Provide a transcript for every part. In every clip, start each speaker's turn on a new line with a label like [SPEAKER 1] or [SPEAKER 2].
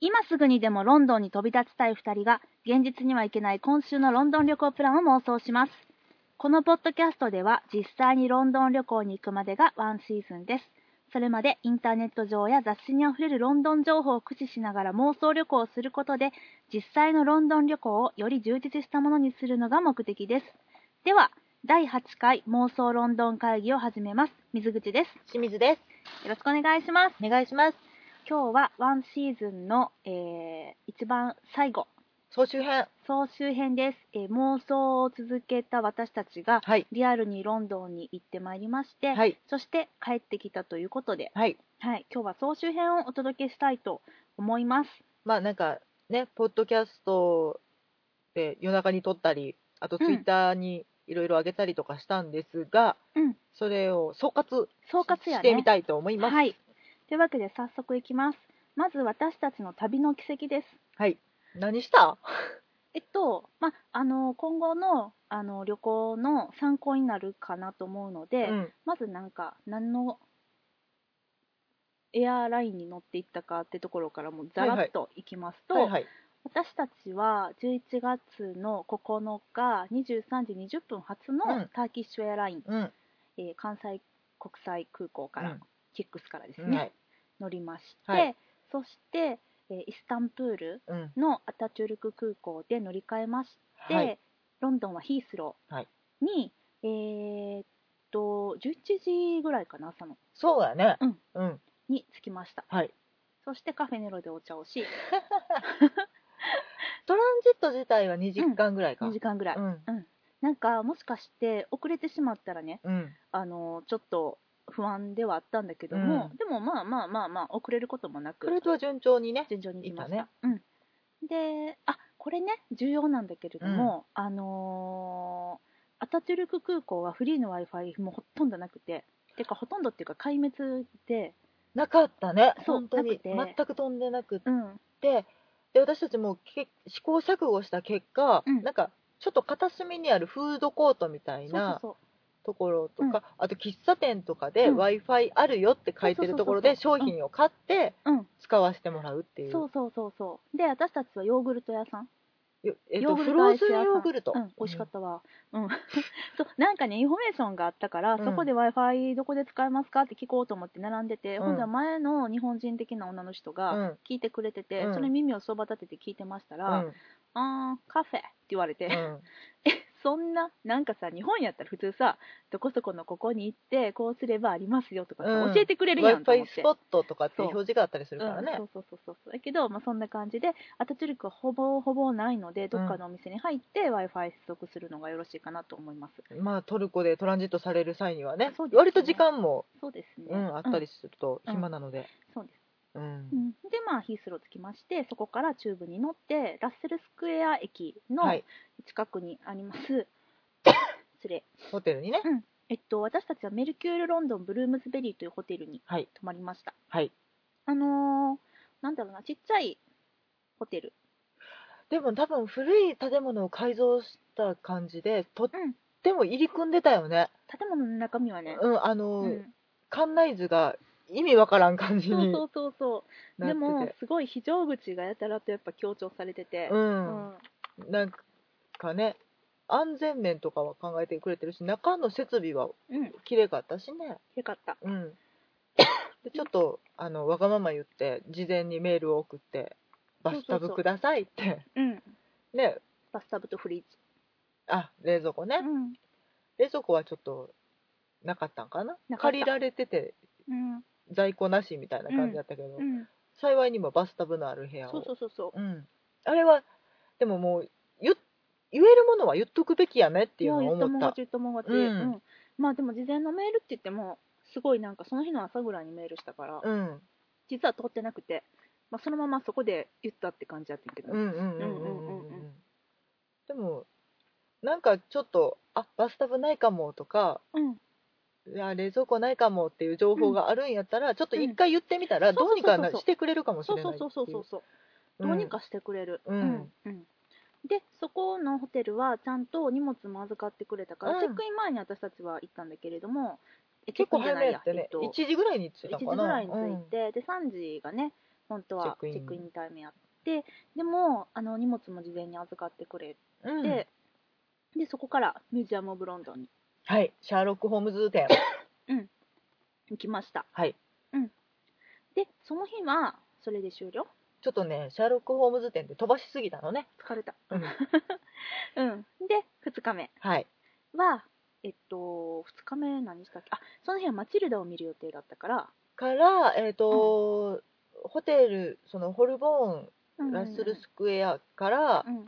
[SPEAKER 1] 今すぐにでもロンドンに飛び立ちたい2人が現実には行けない今週のロンドン旅行プランを妄想しますこのポッドキャストでは実際にロンドン旅行に行くまでがワンシーズンですそれまでインターネット上や雑誌にあふれるロンドン情報を駆使しながら妄想旅行をすることで実際のロンドン旅行をより充実したものにするのが目的ですでは第8回妄想ロンドン会議を始めます水口です
[SPEAKER 2] 清水です。
[SPEAKER 1] よろしくお願いします
[SPEAKER 2] お願いします。
[SPEAKER 1] 今日はワンシーズンの、えー一番最後
[SPEAKER 2] 総集編。
[SPEAKER 1] 総集編です、えー妄想を続けた私たちが
[SPEAKER 2] はい。
[SPEAKER 1] リアルにロンドンに行ってまいりまして、
[SPEAKER 2] はい。
[SPEAKER 1] そして帰ってきたということで、
[SPEAKER 2] はい。
[SPEAKER 1] はい、今日は総集編をお届けしたいと思います
[SPEAKER 2] まあなんかね、ポッドキャストで夜中に撮ったり、あと
[SPEAKER 1] うん
[SPEAKER 2] ツイッターにいろいろ上げたりとかしたんですが、
[SPEAKER 1] うん
[SPEAKER 2] それを総括
[SPEAKER 1] 総括やね
[SPEAKER 2] してみたいと思います。
[SPEAKER 1] はい。というわけで早速いきますまず私たちの旅の軌跡です
[SPEAKER 2] はい。何した
[SPEAKER 1] えっと、ま、あの今後のあの旅行の参考になるかなと思うの
[SPEAKER 2] う
[SPEAKER 1] で、
[SPEAKER 2] ん。
[SPEAKER 1] まずなんか何のエアラインに乗っていったかってところからもうざらっといきますと、
[SPEAKER 2] はいはい。
[SPEAKER 1] 私たちは11月の9日23時20分発
[SPEAKER 2] う
[SPEAKER 1] の
[SPEAKER 2] ん
[SPEAKER 1] ターキッシュエアライン、
[SPEAKER 2] うん。
[SPEAKER 1] えー関西国際空港から、
[SPEAKER 2] うん
[SPEAKER 1] キックスからです
[SPEAKER 2] は
[SPEAKER 1] ね、
[SPEAKER 2] い。
[SPEAKER 1] 乗りまして、
[SPEAKER 2] はい
[SPEAKER 1] そして、えーイスタンプール
[SPEAKER 2] うん。
[SPEAKER 1] のアタチュルク空港で乗り換えましてで、
[SPEAKER 2] はい。
[SPEAKER 1] ロンドンはヒースロ
[SPEAKER 2] はい
[SPEAKER 1] ーに、えーっと11時ぐらいかな朝の
[SPEAKER 2] そうだね。
[SPEAKER 1] うん。
[SPEAKER 2] うん。
[SPEAKER 1] に着きました
[SPEAKER 2] はい。
[SPEAKER 1] そしてカフェネロでお茶をし
[SPEAKER 2] トランジット自体は2時間ぐらいか。
[SPEAKER 1] 2時間ぐらい、
[SPEAKER 2] うん。
[SPEAKER 1] なんかもしかして遅れてしまったらね
[SPEAKER 2] うん。
[SPEAKER 1] あのちょっと不安ではあったんだけども、
[SPEAKER 2] うん
[SPEAKER 1] でもまあまあまあまあ遅れることもな
[SPEAKER 2] こ
[SPEAKER 1] く
[SPEAKER 2] れとは順調にね。
[SPEAKER 1] 順調に行きました
[SPEAKER 2] いいん
[SPEAKER 1] うん、であこれね重要なんだけれども、あのーアタトゥルク空港はフリーの w i f i もほとんどなくててかほとんどっていうか壊滅で、
[SPEAKER 2] なかったね。
[SPEAKER 1] そう
[SPEAKER 2] 本当
[SPEAKER 1] なく
[SPEAKER 2] に。
[SPEAKER 1] て
[SPEAKER 2] 全く飛んでなくて
[SPEAKER 1] うん、
[SPEAKER 2] でで私たちもけ試行錯誤した結果、
[SPEAKER 1] うん
[SPEAKER 2] なんかちょっと片隅にあるフードコートみたい
[SPEAKER 1] そうそう
[SPEAKER 2] な
[SPEAKER 1] そう
[SPEAKER 2] ところとかあと喫茶店とかで
[SPEAKER 1] うん
[SPEAKER 2] w i f i あるよって書いてるところで
[SPEAKER 1] そうそうそうそう
[SPEAKER 2] 商品を買って
[SPEAKER 1] うん
[SPEAKER 2] 使わせてもらうっていう
[SPEAKER 1] そうそうそうそうで私たちはヨーグルト屋さん、
[SPEAKER 2] よえっ
[SPEAKER 1] ヨー
[SPEAKER 2] と
[SPEAKER 1] グ
[SPEAKER 2] フ
[SPEAKER 1] ルト
[SPEAKER 2] ロ
[SPEAKER 1] ア
[SPEAKER 2] ー
[SPEAKER 1] イス
[SPEAKER 2] ズン
[SPEAKER 1] 屋さん
[SPEAKER 2] ヨーグルト、
[SPEAKER 1] うん、美味しかったわ、うん そうなんかねインフォメーションがあったから、
[SPEAKER 2] うん
[SPEAKER 1] そこで w i f i どこで使えますかって聞こうと思って並んでて、
[SPEAKER 2] うん
[SPEAKER 1] ほんで前の日本人的な女の人
[SPEAKER 2] う
[SPEAKER 1] が
[SPEAKER 2] ん
[SPEAKER 1] 聞いてくれてて、
[SPEAKER 2] うん
[SPEAKER 1] それ耳をそば立てて聞いてました
[SPEAKER 2] う
[SPEAKER 1] ら「
[SPEAKER 2] ん
[SPEAKER 1] あーカフェ」って言われて、
[SPEAKER 2] うん
[SPEAKER 1] そんな、なんかさ、日本やったら普通さ、どこそこのここに行って、こうすればありますよとかさ、
[SPEAKER 2] うん
[SPEAKER 1] 教えてくれる
[SPEAKER 2] w i
[SPEAKER 1] やん
[SPEAKER 2] f
[SPEAKER 1] と思
[SPEAKER 2] i
[SPEAKER 1] っ
[SPEAKER 2] ス
[SPEAKER 1] て。
[SPEAKER 2] ポットとかって
[SPEAKER 1] そう
[SPEAKER 2] 表示があったりするから
[SPEAKER 1] うん
[SPEAKER 2] ね、
[SPEAKER 1] そうそうそうそう。だけど、まあ、そんな感じで、アタチュルクはほぼほぼないので、どっかのお店に入って Wi-Fi 接続するのがよろしいかなと思います。
[SPEAKER 2] まあトルコでトランジットされる際にはね
[SPEAKER 1] そうですね
[SPEAKER 2] 割と時間も、
[SPEAKER 1] そうですね。
[SPEAKER 2] うん、あった
[SPEAKER 1] うん
[SPEAKER 2] りすると暇なので、
[SPEAKER 1] そうです。
[SPEAKER 2] う
[SPEAKER 1] う
[SPEAKER 2] ん
[SPEAKER 1] んで、まあ、ヒースロー着きまして、そこから中部に乗って、ラッセルスクエア駅の
[SPEAKER 2] はい、
[SPEAKER 1] 近くにあります、 失礼。
[SPEAKER 2] ホテルにね、
[SPEAKER 1] えっと、私たちはメルキュールロンドンブルームズベリーというホテルに
[SPEAKER 2] はい
[SPEAKER 1] 泊まりました。
[SPEAKER 2] はい
[SPEAKER 1] あのー、なんだろうな、ちっちゃいホテル。
[SPEAKER 2] でも多分古い建物を改造した感じでとっても入り組んでたよね、
[SPEAKER 1] 建物の中身はね、
[SPEAKER 2] うんあの、
[SPEAKER 1] うん
[SPEAKER 2] 館内図が意味わからん感じ
[SPEAKER 1] そ
[SPEAKER 2] に
[SPEAKER 1] う
[SPEAKER 2] な
[SPEAKER 1] そ
[SPEAKER 2] って
[SPEAKER 1] うそうそ
[SPEAKER 2] て
[SPEAKER 1] う。でも、すごい非常口がやたらとやっぱ強調されてて、
[SPEAKER 2] う、
[SPEAKER 1] うん
[SPEAKER 2] なんかね安全面とかは考えてくれてるし中の設備は
[SPEAKER 1] ん、うん、
[SPEAKER 2] 綺麗かったしね
[SPEAKER 1] よかった。
[SPEAKER 2] うんでちょっとあのわがまま言って事前にメールを送って「バスタブください」って
[SPEAKER 1] うん、
[SPEAKER 2] ね
[SPEAKER 1] バスタブとフリーズ。
[SPEAKER 2] あ冷蔵庫ね、
[SPEAKER 1] うん、
[SPEAKER 2] 冷蔵庫はちょっとなかったんかな
[SPEAKER 1] なかった
[SPEAKER 2] 借りられてて
[SPEAKER 1] うん、
[SPEAKER 2] 在庫なしみたいな感じだったけど、
[SPEAKER 1] うん、
[SPEAKER 2] 幸いにもバスタブのある部屋を
[SPEAKER 1] そうそうそうそう。
[SPEAKER 2] うん、あれはでももう言言えるものは言っとくべきやねっていうのを
[SPEAKER 1] や言
[SPEAKER 2] 思
[SPEAKER 1] も
[SPEAKER 2] っ
[SPEAKER 1] ん勝
[SPEAKER 2] た
[SPEAKER 1] ち言ったもん勝ち、
[SPEAKER 2] う
[SPEAKER 1] うんんまあでも事前のメールって言ってもすごいなんかその日の朝ぐらいにメールしたから、
[SPEAKER 2] うん
[SPEAKER 1] 実は通ってなくて、まあ、そのままそこで言ったって感じやったけど、
[SPEAKER 2] うんうんうんう
[SPEAKER 1] うんう
[SPEAKER 2] んうん
[SPEAKER 1] んうん
[SPEAKER 2] でもなんかちょっとあバスタブないかもとか
[SPEAKER 1] うん
[SPEAKER 2] いや冷蔵庫ないかもっていう情報があるんやったら、ちょっと一回言ってみた
[SPEAKER 1] う
[SPEAKER 2] ら
[SPEAKER 1] ん
[SPEAKER 2] どうに
[SPEAKER 1] そうそうそ
[SPEAKER 2] か
[SPEAKER 1] う
[SPEAKER 2] な
[SPEAKER 1] そう
[SPEAKER 2] してくれるかもし
[SPEAKER 1] そう
[SPEAKER 2] れ
[SPEAKER 1] そ
[SPEAKER 2] ないうって
[SPEAKER 1] そ
[SPEAKER 2] いう
[SPEAKER 1] そうそうそう
[SPEAKER 2] う
[SPEAKER 1] ど
[SPEAKER 2] ん
[SPEAKER 1] うにかしてくれる、
[SPEAKER 2] うん
[SPEAKER 1] うんでそこのホテルはちゃんと荷物も預かってくれたから、
[SPEAKER 2] うん
[SPEAKER 1] チェックイン前に私たちは行ったんだけれどもえチェ
[SPEAKER 2] 結
[SPEAKER 1] ックイ
[SPEAKER 2] 構
[SPEAKER 1] ンじゃ
[SPEAKER 2] 早
[SPEAKER 1] な
[SPEAKER 2] め
[SPEAKER 1] い
[SPEAKER 2] や
[SPEAKER 1] や
[SPEAKER 2] ってね、
[SPEAKER 1] えっと
[SPEAKER 2] 1時ぐらいに着い
[SPEAKER 1] 1
[SPEAKER 2] た
[SPEAKER 1] 時
[SPEAKER 2] のか
[SPEAKER 1] ぐ
[SPEAKER 2] な
[SPEAKER 1] らいに着いて、で3時がね本当は
[SPEAKER 2] チェックイン
[SPEAKER 1] チェックインタイムやってでもあの荷物も事前に預かってくれ
[SPEAKER 2] うん
[SPEAKER 1] て、でそこからミュージアム・オブ・ロンドンに
[SPEAKER 2] はいシャーロック・ホームズ展
[SPEAKER 1] 行きました
[SPEAKER 2] はい
[SPEAKER 1] でその日はそれで終了
[SPEAKER 2] ちょっとねシャーロック・ホームズ展で飛ばしすぎたのね
[SPEAKER 1] 疲れた
[SPEAKER 2] うん
[SPEAKER 1] うんで2日目
[SPEAKER 2] はい
[SPEAKER 1] はえっと2日目何したっけあその日はマチルダを見る予定だったから、
[SPEAKER 2] からえっ、と、ホテルそのホルボー
[SPEAKER 1] うん
[SPEAKER 2] ンラッスルスクエアから
[SPEAKER 1] うん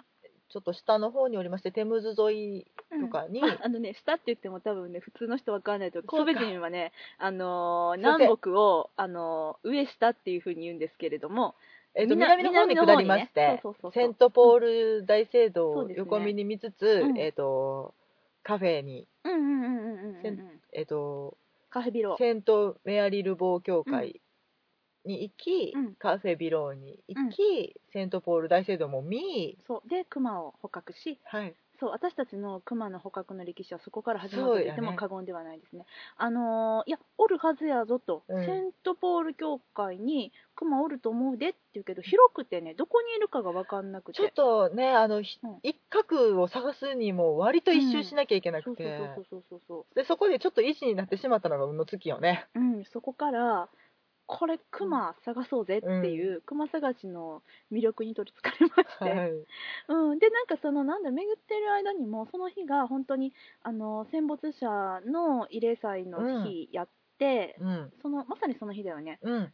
[SPEAKER 2] ちょっと下の方におりましてテムズ沿い
[SPEAKER 1] うん
[SPEAKER 2] とかに、
[SPEAKER 1] ああのね、下って言っても多分ね、普通の人わかんないと思
[SPEAKER 2] そうう
[SPEAKER 1] 神
[SPEAKER 2] か
[SPEAKER 1] 戸人はね、あのー
[SPEAKER 2] そうか
[SPEAKER 1] 南北を、あのー上下っていうふうに言うんですけれども、
[SPEAKER 2] えっと
[SPEAKER 1] みな
[SPEAKER 2] 南の方に下りまして、
[SPEAKER 1] 南の方にねそうそうそうそう
[SPEAKER 2] セントポール大聖堂
[SPEAKER 1] そ
[SPEAKER 2] を
[SPEAKER 1] うですね
[SPEAKER 2] 横目に見つつ、
[SPEAKER 1] うん
[SPEAKER 2] えっとカフェに、
[SPEAKER 1] うんうんうんうんうんうん
[SPEAKER 2] せんえっと
[SPEAKER 1] カフェビロ。
[SPEAKER 2] セントメアリルボー教会に行き、
[SPEAKER 1] うん
[SPEAKER 2] カフェビローに行き、セントポール大聖堂も見、
[SPEAKER 1] そう。で、熊を捕獲し、
[SPEAKER 2] はい、
[SPEAKER 1] そう、私たちの熊の捕獲の歴史はそこから始まったと言って
[SPEAKER 2] そうや
[SPEAKER 1] も
[SPEAKER 2] ね
[SPEAKER 1] 過言ではないですね。あのーいや、おるはずやぞと、
[SPEAKER 2] うん
[SPEAKER 1] セントポール教会に熊おると思うでって言うけど、広くてね、どこにいるかがわかんなくて。
[SPEAKER 2] ちょっとねあの、ひ
[SPEAKER 1] うん
[SPEAKER 2] 一角を探すにも割と一周しなきゃいけな
[SPEAKER 1] そ
[SPEAKER 2] く
[SPEAKER 1] う
[SPEAKER 2] て、
[SPEAKER 1] そうそうそうそう。
[SPEAKER 2] でそこでちょっと維持になってしまったのが運の尽きよね。
[SPEAKER 1] うん、そこからこれクマ探そうぜっていう、クマ探しの魅力に取りつかれまして、
[SPEAKER 2] はい、
[SPEAKER 1] うん、でなんかそのなんだ巡ってる間にもその日が本当にあの戦没者の慰霊祭の日やって、
[SPEAKER 2] うん、
[SPEAKER 1] そのまさにその日だよね、
[SPEAKER 2] うん、
[SPEAKER 1] うん、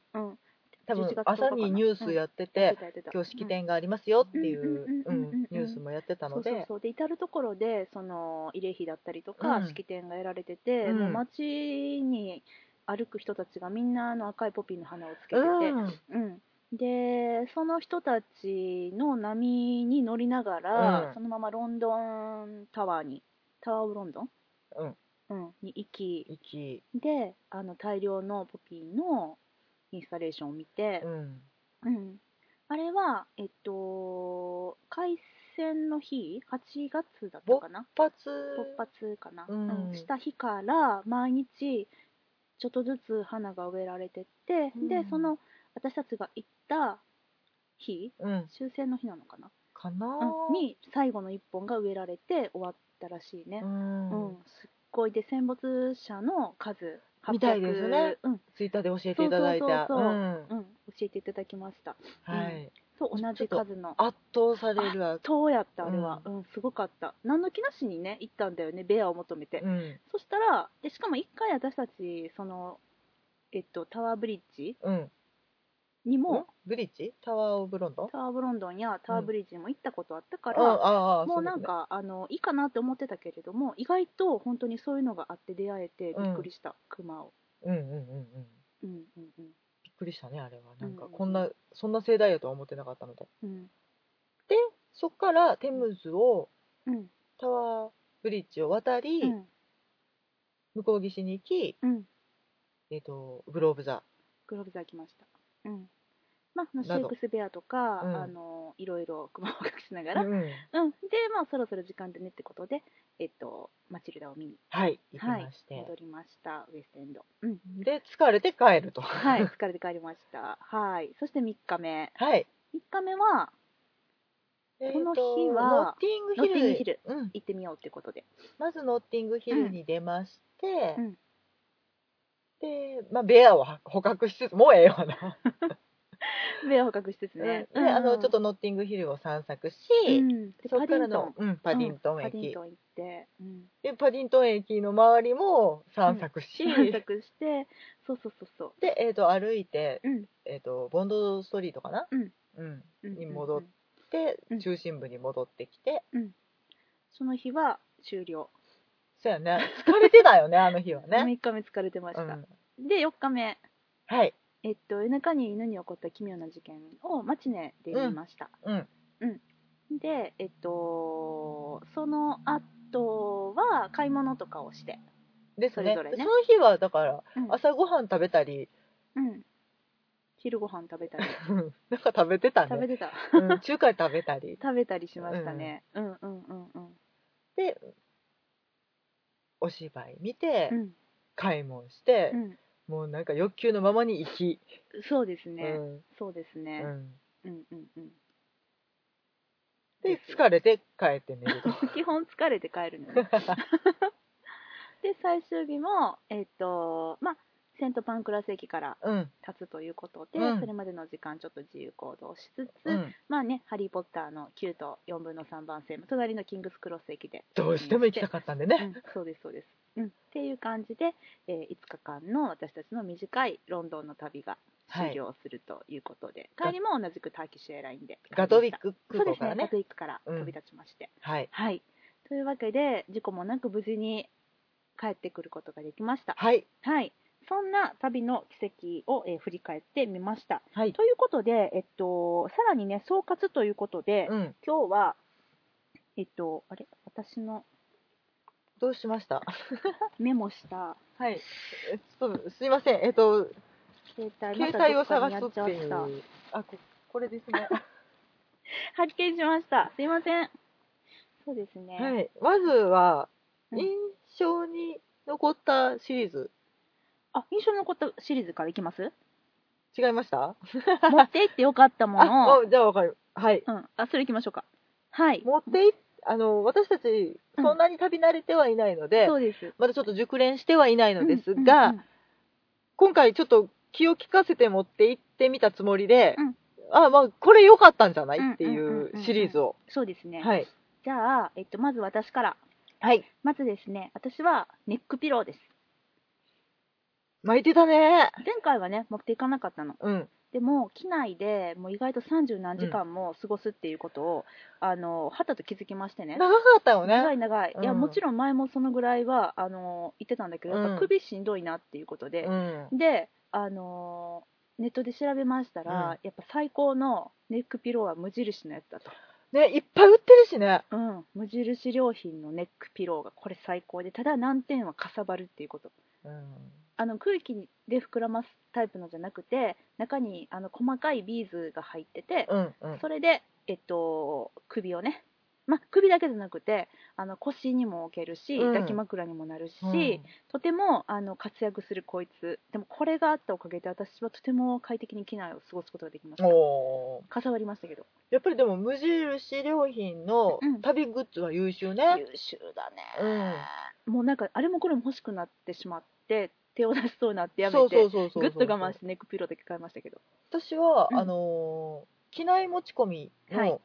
[SPEAKER 2] 多
[SPEAKER 1] 11
[SPEAKER 2] 分
[SPEAKER 1] 月10日かな
[SPEAKER 2] 朝にニュースやってて、
[SPEAKER 1] やってたやってた
[SPEAKER 2] 今日式典がありますよっていう
[SPEAKER 1] ううんう
[SPEAKER 2] うんん
[SPEAKER 1] んうんうん
[SPEAKER 2] ニュースもやってた
[SPEAKER 1] そ
[SPEAKER 2] の
[SPEAKER 1] うそう
[SPEAKER 2] で
[SPEAKER 1] そうで至る所でその慰霊碑だったりとか、
[SPEAKER 2] うん
[SPEAKER 1] 式典が得られてて、
[SPEAKER 2] うん
[SPEAKER 1] もう街に歩く人たちがみんなあの赤いポピーの花をつけてて、
[SPEAKER 2] うん
[SPEAKER 1] うん、でその人たちの波に乗りながら、
[SPEAKER 2] うん
[SPEAKER 1] そのままロンドンタワーにタワー・オブ・ロンドン、
[SPEAKER 2] うん
[SPEAKER 1] うん、に行き
[SPEAKER 2] 息
[SPEAKER 1] であの大量のポピーのインスタレーションを見て
[SPEAKER 2] う、ん
[SPEAKER 1] うんあれは、えっと、開戦の日8月だったかな
[SPEAKER 2] 一発
[SPEAKER 1] 勃発かな、
[SPEAKER 2] うん
[SPEAKER 1] うんした日から毎日ちょっとずつ花が植えられてって、
[SPEAKER 2] うん
[SPEAKER 1] でその私たちが行った日
[SPEAKER 2] うん
[SPEAKER 1] 終戦の日なのかな、
[SPEAKER 2] かな
[SPEAKER 1] うんに最後の1本が植えられて終わったらしいね
[SPEAKER 2] う、
[SPEAKER 1] うんんすっごいで戦没者の数800
[SPEAKER 2] みたいですね
[SPEAKER 1] うん
[SPEAKER 2] ツイッターで教えていただいた
[SPEAKER 1] そうそうそうそう
[SPEAKER 2] うん
[SPEAKER 1] うん、教えていただきました
[SPEAKER 2] はい
[SPEAKER 1] そう同
[SPEAKER 2] ちょ
[SPEAKER 1] じ
[SPEAKER 2] っと
[SPEAKER 1] 数の
[SPEAKER 2] 圧倒されるわ
[SPEAKER 1] そうやったあれは、うんすごかった何の気なしにね行ったんだよねベアを求めて、
[SPEAKER 2] うん
[SPEAKER 1] そしたらでしかも1回私たちその、えっと、タワーブリッジ
[SPEAKER 2] うん
[SPEAKER 1] にも、
[SPEAKER 2] ブリッジタワーオブロンドン
[SPEAKER 1] タワーブロンドンやタワーブリッジにも行ったことあったか
[SPEAKER 2] うん
[SPEAKER 1] ら、
[SPEAKER 2] ああ
[SPEAKER 1] もうなんかあのいいかなって思ってたけれども意外と本当にそういうのがあって出会えてびっくりした、クマを。
[SPEAKER 2] そうだねうんうんうんうん
[SPEAKER 1] うんうんうん
[SPEAKER 2] びっくりしたねあれはなんか
[SPEAKER 1] うん
[SPEAKER 2] こんなそんな盛大やとは思ってなかったので
[SPEAKER 1] うん
[SPEAKER 2] そっからテムズを
[SPEAKER 1] うん
[SPEAKER 2] タワーブリッジを渡り、
[SPEAKER 1] うん
[SPEAKER 2] 向こう岸に行き、
[SPEAKER 1] うん
[SPEAKER 2] えー、とグローブ座
[SPEAKER 1] グローブザー来ました。うんまあ、あのシ
[SPEAKER 2] な
[SPEAKER 1] ェイ
[SPEAKER 2] ど
[SPEAKER 1] クスベアとか、
[SPEAKER 2] うん
[SPEAKER 1] あのいろいろクマを隠しながら、うん
[SPEAKER 2] うん、
[SPEAKER 1] で、まあ、そろそろ時間だねってことで、えっと、マチルダを見に
[SPEAKER 2] はい行き
[SPEAKER 1] はい
[SPEAKER 2] まして、
[SPEAKER 1] 戻りましたウエストエンド、うん、
[SPEAKER 2] で疲れて帰ると
[SPEAKER 1] はい疲れて帰りましたはいそして3日目
[SPEAKER 2] はい
[SPEAKER 1] 3日目はこの日は
[SPEAKER 2] えーとノッティングヒ
[SPEAKER 1] ノッ
[SPEAKER 2] ル
[SPEAKER 1] ティングヒル
[SPEAKER 2] うん、
[SPEAKER 1] 行ってみようってことで
[SPEAKER 2] まずノッティングヒルに出まして、
[SPEAKER 1] うん
[SPEAKER 2] で、まあ、ベアを捕獲しつつもうええよな、
[SPEAKER 1] 目を捕獲しつつね、
[SPEAKER 2] であのちょっとノッティングヒルを散策し、
[SPEAKER 1] うん、で
[SPEAKER 2] そ
[SPEAKER 1] パデ
[SPEAKER 2] こか
[SPEAKER 1] ィ
[SPEAKER 2] ら
[SPEAKER 1] ント
[SPEAKER 2] の
[SPEAKER 1] ン
[SPEAKER 2] うんパディントン
[SPEAKER 1] パディン
[SPEAKER 2] 駅、
[SPEAKER 1] トン行って、うん、
[SPEAKER 2] でパディントン駅の周りも散策し、
[SPEAKER 1] 散策してそうそうそうそう
[SPEAKER 2] で、えー、と歩いて、
[SPEAKER 1] うん
[SPEAKER 2] えー、とボンドストリートかな、
[SPEAKER 1] うん
[SPEAKER 2] うん、
[SPEAKER 1] うん
[SPEAKER 2] に戻っ
[SPEAKER 1] うんうん
[SPEAKER 2] で
[SPEAKER 1] うん
[SPEAKER 2] 中心部に戻ってきて、
[SPEAKER 1] その日は終了、
[SPEAKER 2] そう やね疲れてたよねあの日はね、
[SPEAKER 1] 3日目疲れてました、
[SPEAKER 2] うん
[SPEAKER 1] で4日目
[SPEAKER 2] はい
[SPEAKER 1] えっと夜中に犬に起こった奇妙な事件をマチネで見ました、
[SPEAKER 2] うん
[SPEAKER 1] で、えっと、その後は買い物とかをして、
[SPEAKER 2] ですね
[SPEAKER 1] それぞれね
[SPEAKER 2] の日はだから
[SPEAKER 1] うん
[SPEAKER 2] 朝ごはん食べたり、
[SPEAKER 1] うん昼ご飯食べたり、
[SPEAKER 2] うんなんか食べてた
[SPEAKER 1] 食べて
[SPEAKER 2] ね
[SPEAKER 1] た、
[SPEAKER 2] うん、中華食べたり
[SPEAKER 1] 食べたりしましたね。うんうんうんうん。
[SPEAKER 2] でお芝居見て、
[SPEAKER 1] うん
[SPEAKER 2] 買い物して
[SPEAKER 1] う、ん
[SPEAKER 2] もうなんか欲求のままに生き、
[SPEAKER 1] そうです
[SPEAKER 2] う
[SPEAKER 1] ね、
[SPEAKER 2] ん
[SPEAKER 1] そうです
[SPEAKER 2] う
[SPEAKER 1] ね、
[SPEAKER 2] ん、
[SPEAKER 1] うんうんうん
[SPEAKER 2] で
[SPEAKER 1] です
[SPEAKER 2] 疲れて帰って寝ると
[SPEAKER 1] 基本疲れて帰るの ねで最終日もえっ、とまあセントパンクラス駅から
[SPEAKER 2] うん
[SPEAKER 1] 立つということで、
[SPEAKER 2] うん
[SPEAKER 1] それまでの時間ちょっと自由行動しつつ、
[SPEAKER 2] うん
[SPEAKER 1] まあね「ハリー・ポッター」の9と4分の3番線隣のキングスクロス駅で
[SPEAKER 2] どうしても行きたかったんで
[SPEAKER 1] う
[SPEAKER 2] ね、
[SPEAKER 1] ん、そうですそうです、うん、っていう感じで、えー5日間の私たちの短いロンドンの旅が
[SPEAKER 2] は
[SPEAKER 1] 終
[SPEAKER 2] い
[SPEAKER 1] 了するということで、帰りも同じくターキッシュエアラインで
[SPEAKER 2] ガトウィック
[SPEAKER 1] そうで
[SPEAKER 2] 空港
[SPEAKER 1] す
[SPEAKER 2] か
[SPEAKER 1] ね
[SPEAKER 2] ら
[SPEAKER 1] ガ
[SPEAKER 2] ね
[SPEAKER 1] トウィックから
[SPEAKER 2] うん
[SPEAKER 1] 飛び立ちまして、
[SPEAKER 2] はい
[SPEAKER 1] はいというわけで事故もなく無事に帰ってくることができました
[SPEAKER 2] はい
[SPEAKER 1] はいそんな旅の奇跡を、えー振り返ってみました
[SPEAKER 2] はい
[SPEAKER 1] ということで、えっと、さらにね総括ということで、
[SPEAKER 2] うん
[SPEAKER 1] 今日はえっとあれ私の
[SPEAKER 2] どうしました
[SPEAKER 1] メモした
[SPEAKER 2] はいえちょっとすいませんえっと
[SPEAKER 1] 携帯
[SPEAKER 2] 携帯を探
[SPEAKER 1] また
[SPEAKER 2] す
[SPEAKER 1] ど
[SPEAKER 2] っ
[SPEAKER 1] っか
[SPEAKER 2] て
[SPEAKER 1] にや
[SPEAKER 2] い
[SPEAKER 1] っち
[SPEAKER 2] う
[SPEAKER 1] ゃった
[SPEAKER 2] あここれです ね
[SPEAKER 1] 発見しましたすいませんそうですね、
[SPEAKER 2] はいまずは
[SPEAKER 1] うん
[SPEAKER 2] 印象に残ったシリーズ
[SPEAKER 1] あ印象に残ったシリーズからいきます
[SPEAKER 2] 違いました
[SPEAKER 1] 持って行ってよかったもの
[SPEAKER 2] あ
[SPEAKER 1] を
[SPEAKER 2] おじゃあわかるはい
[SPEAKER 1] うん、あそれいきましょうかはい
[SPEAKER 2] 持っていあの私たちそんなに旅慣れてはいないので、
[SPEAKER 1] そうです
[SPEAKER 2] まだちょっと熟練してはいないのですが、
[SPEAKER 1] うんうんうん
[SPEAKER 2] 今回ちょっと気を利かせて持って行ってみたつもりで、
[SPEAKER 1] うん
[SPEAKER 2] あまあこれ良かったんじゃないって
[SPEAKER 1] んうん
[SPEAKER 2] いう
[SPEAKER 1] うん
[SPEAKER 2] う
[SPEAKER 1] うん
[SPEAKER 2] シリーズを、
[SPEAKER 1] そうですね、
[SPEAKER 2] はい
[SPEAKER 1] じゃあ、えっと、まず私から
[SPEAKER 2] はい
[SPEAKER 1] まずですね私はネックピローです
[SPEAKER 2] 巻いてたね
[SPEAKER 1] 前回はね持っていかなかったの
[SPEAKER 2] うん
[SPEAKER 1] でも機内でもう意外と30何時間も過ごすっていうことを、あのはたと気づきましてね
[SPEAKER 2] 長かったよ
[SPEAKER 1] 長
[SPEAKER 2] ね
[SPEAKER 1] い長い、いや
[SPEAKER 2] うん
[SPEAKER 1] もちろん前もそのぐらいはあの言ってたんだけどやっ
[SPEAKER 2] う
[SPEAKER 1] ぱ
[SPEAKER 2] ん
[SPEAKER 1] 首しんどいなっていうことで
[SPEAKER 2] う、ん
[SPEAKER 1] であのネットで調べましたら、
[SPEAKER 2] うん
[SPEAKER 1] やっぱ最高のネックピローは無印のやつだと、
[SPEAKER 2] ねいっぱい売ってるしね
[SPEAKER 1] うん、無印良品のネックピローがこれ最高でただ難点はかさばるっていうこと
[SPEAKER 2] うん
[SPEAKER 1] あの空気で膨らますタイプのじゃなくて中にあの細かいビーズが入ってて、
[SPEAKER 2] うんうん
[SPEAKER 1] それで、えっと、首をね、ま、首だけじゃなくてあの腰にも置けるし、
[SPEAKER 2] うん
[SPEAKER 1] 抱き枕にもなるし、とてもあの活躍するこいつでもこれがあったおかげで私はとても快適に機内を過ごすことができまし
[SPEAKER 2] うん、
[SPEAKER 1] た
[SPEAKER 2] おー
[SPEAKER 1] かさわりましたけど
[SPEAKER 2] やっぱりでも無印良品の
[SPEAKER 1] うん
[SPEAKER 2] 旅グッズは優秀ね、
[SPEAKER 1] 優秀だね、もうなんかあれもこれも欲しくなってしまって手を出しそうになってやめて
[SPEAKER 2] そうそうそうそうそう
[SPEAKER 1] ぐっと我慢してネックピローだけ買いましたけど
[SPEAKER 2] 私は、
[SPEAKER 1] うん
[SPEAKER 2] あのー機内持ち込みの、
[SPEAKER 1] はい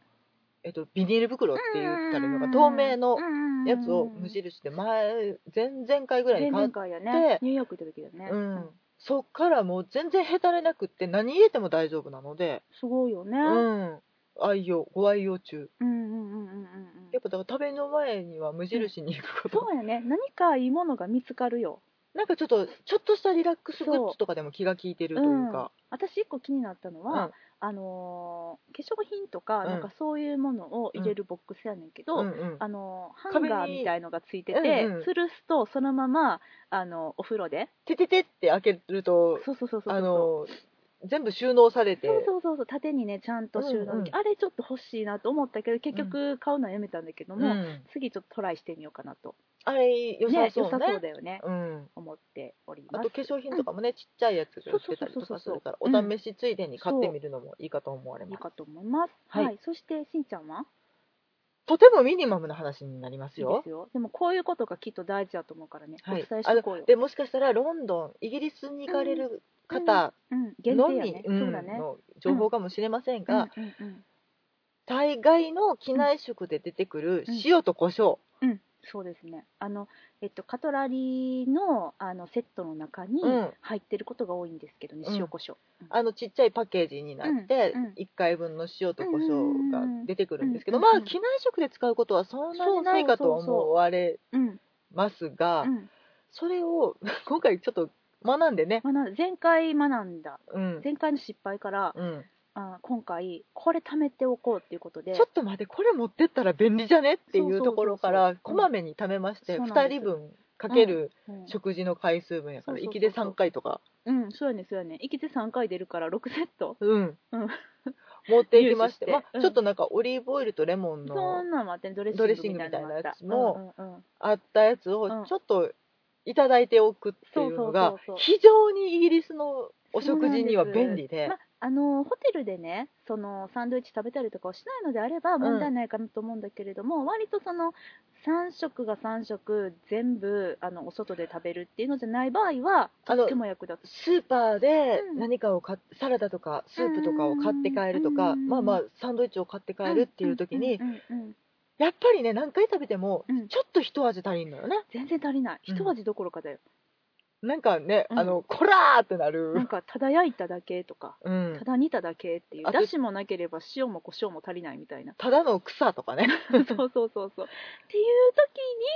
[SPEAKER 2] えっと、ビニール袋って言ったらいいのか
[SPEAKER 1] うん
[SPEAKER 2] 透明の
[SPEAKER 1] うん
[SPEAKER 2] やつを無印で前前々回ぐらい
[SPEAKER 1] 前
[SPEAKER 2] に買
[SPEAKER 1] 々
[SPEAKER 2] っ
[SPEAKER 1] 回やね
[SPEAKER 2] て
[SPEAKER 1] ニューヨーク行った時だよね、
[SPEAKER 2] うん、そっからもう全然へたれなくって何入れても大丈夫なので、
[SPEAKER 1] すごいよね、
[SPEAKER 2] うん、愛用ご愛用中
[SPEAKER 1] うんうんうんうんうんうん
[SPEAKER 2] やっぱだから旅の前には無印に行くこと、
[SPEAKER 1] そうやね何かいいものが見つかるよ
[SPEAKER 2] なんかちょっとちょっとしたリラックスグッズとかでも気が利いてるというか
[SPEAKER 1] 私一個気になったの
[SPEAKER 2] う
[SPEAKER 1] は、
[SPEAKER 2] ん
[SPEAKER 1] あのー化粧品とか、
[SPEAKER 2] うん
[SPEAKER 1] なんかそういうものを入れるボックスやねんけど、
[SPEAKER 2] うんうん
[SPEAKER 1] あのーハン
[SPEAKER 2] 壁に
[SPEAKER 1] ガーみたいのがついてて、
[SPEAKER 2] うんうん
[SPEAKER 1] 吊るすとそのままあのお風呂で
[SPEAKER 2] てててって開けると
[SPEAKER 1] そうそうそうそうそう
[SPEAKER 2] あのー全部収納されて
[SPEAKER 1] そうそうそうそう縦にねちゃんと収納でき、
[SPEAKER 2] うんうん
[SPEAKER 1] あれちょっと欲しいなと思ったけど結局買うのはやめたんだけども、
[SPEAKER 2] うん
[SPEAKER 1] 次ちょっとトライしてみようかなと、
[SPEAKER 2] あれ良
[SPEAKER 1] ね
[SPEAKER 2] さそうね
[SPEAKER 1] 良さそうだよね、
[SPEAKER 2] うん
[SPEAKER 1] 思っており
[SPEAKER 2] あ
[SPEAKER 1] ます
[SPEAKER 2] と化粧品とかもね、ちっちゃいやつが売ってたり
[SPEAKER 1] そうそうそう
[SPEAKER 2] と
[SPEAKER 1] そう
[SPEAKER 2] かす
[SPEAKER 1] そう
[SPEAKER 2] るから、お試しついでに買ってみるのもいいかと思われ
[SPEAKER 1] いい
[SPEAKER 2] ます。
[SPEAKER 1] かと思います、
[SPEAKER 2] はい
[SPEAKER 1] はい、そしてしんちゃんは
[SPEAKER 2] とてもミニマムな話になります
[SPEAKER 1] いいで
[SPEAKER 2] よ
[SPEAKER 1] す。よでもこういうことがきっと大事だと思うからね、
[SPEAKER 2] は
[SPEAKER 1] お
[SPEAKER 2] い
[SPEAKER 1] 伝えしていこうよ、
[SPEAKER 2] でもしかしたらロンドン、イギリスに行かれる方
[SPEAKER 1] うん、限
[SPEAKER 2] の
[SPEAKER 1] 定や
[SPEAKER 2] み、
[SPEAKER 1] ね、
[SPEAKER 2] うん
[SPEAKER 1] そうだね
[SPEAKER 2] の情報かもしれませんが、
[SPEAKER 1] うんうんうん
[SPEAKER 2] 大概の機内食で出てくる塩と胡椒、
[SPEAKER 1] うんそうですねあの、えっと、カトラリーのあのセットの中に
[SPEAKER 2] うん
[SPEAKER 1] 入ってることが多いんですけどね、
[SPEAKER 2] うん
[SPEAKER 1] 塩コショウ
[SPEAKER 2] あのちっちゃいパッケージになって
[SPEAKER 1] うんうん、
[SPEAKER 2] 1回分の塩と胡椒が出てくるんですけど、
[SPEAKER 1] うん
[SPEAKER 2] まあ機内食で使うことはそんなにないかと思われ
[SPEAKER 1] うん
[SPEAKER 2] ますが
[SPEAKER 1] う、ん
[SPEAKER 2] それを 今回ちょっと学んでね、
[SPEAKER 1] まあな前回学んだ
[SPEAKER 2] うん
[SPEAKER 1] 前回の失敗から、
[SPEAKER 2] うん、
[SPEAKER 1] あ今回これ貯めておこうっていうことで
[SPEAKER 2] ちょっと待ってこれ持ってったら便利じゃねっ
[SPEAKER 1] そう
[SPEAKER 2] てい
[SPEAKER 1] そう
[SPEAKER 2] う
[SPEAKER 1] そうそう
[SPEAKER 2] ところからこまめに貯めまして
[SPEAKER 1] そうなん
[SPEAKER 2] 2
[SPEAKER 1] です
[SPEAKER 2] 人分かける
[SPEAKER 1] うん
[SPEAKER 2] 食事の回数分やから
[SPEAKER 1] そうそうそう
[SPEAKER 2] 行きで3回とか、
[SPEAKER 1] うん、そうやねそうやね生きて3回出るから6セット
[SPEAKER 2] うん
[SPEAKER 1] うん、
[SPEAKER 2] 持っていきまして
[SPEAKER 1] 入手して
[SPEAKER 2] まあ
[SPEAKER 1] うん
[SPEAKER 2] ちょっとなんかオリーブオイルとレモン
[SPEAKER 1] そ
[SPEAKER 2] の
[SPEAKER 1] んなんもあってねドレッシングみたいなのもあった
[SPEAKER 2] ドレッシングみたいなやつも
[SPEAKER 1] うんうんうん
[SPEAKER 2] あったやつ
[SPEAKER 1] うん
[SPEAKER 2] をちょっといただいておくっていうのが
[SPEAKER 1] そうそうそうそう
[SPEAKER 2] 非常にイギリスのお食事には便利で
[SPEAKER 1] まああのホテルでねそのサンドイッチ食べたりとかをしないのであれば問題ないかなと思うんだけれども、割とその3食が3食全部あのお外で食べるっていうのじゃない場合は
[SPEAKER 2] あ
[SPEAKER 1] と
[SPEAKER 2] の
[SPEAKER 1] っても役立つ
[SPEAKER 2] スーパーで
[SPEAKER 1] うん
[SPEAKER 2] 何かを買っサラダとかスープとかを買って帰るとか、
[SPEAKER 1] うん
[SPEAKER 2] まあまあサンドイッチを買って帰るっていう時に、
[SPEAKER 1] うんうんうんうん
[SPEAKER 2] やっぱりね何回食べても
[SPEAKER 1] うん
[SPEAKER 2] ちょっと一味足りんのよね
[SPEAKER 1] 全然足りない
[SPEAKER 2] うん
[SPEAKER 1] 一味どころかだよ、
[SPEAKER 2] なんかね、
[SPEAKER 1] うん
[SPEAKER 2] あのこらーってな
[SPEAKER 1] なん
[SPEAKER 2] る、
[SPEAKER 1] かただ焼いただけとか
[SPEAKER 2] うん
[SPEAKER 1] た、だ煮ただけっていう
[SPEAKER 2] あと
[SPEAKER 1] だしもなければ塩も胡椒も足りないみたいな
[SPEAKER 2] ただの草とかね
[SPEAKER 1] そうそうそうそうっていう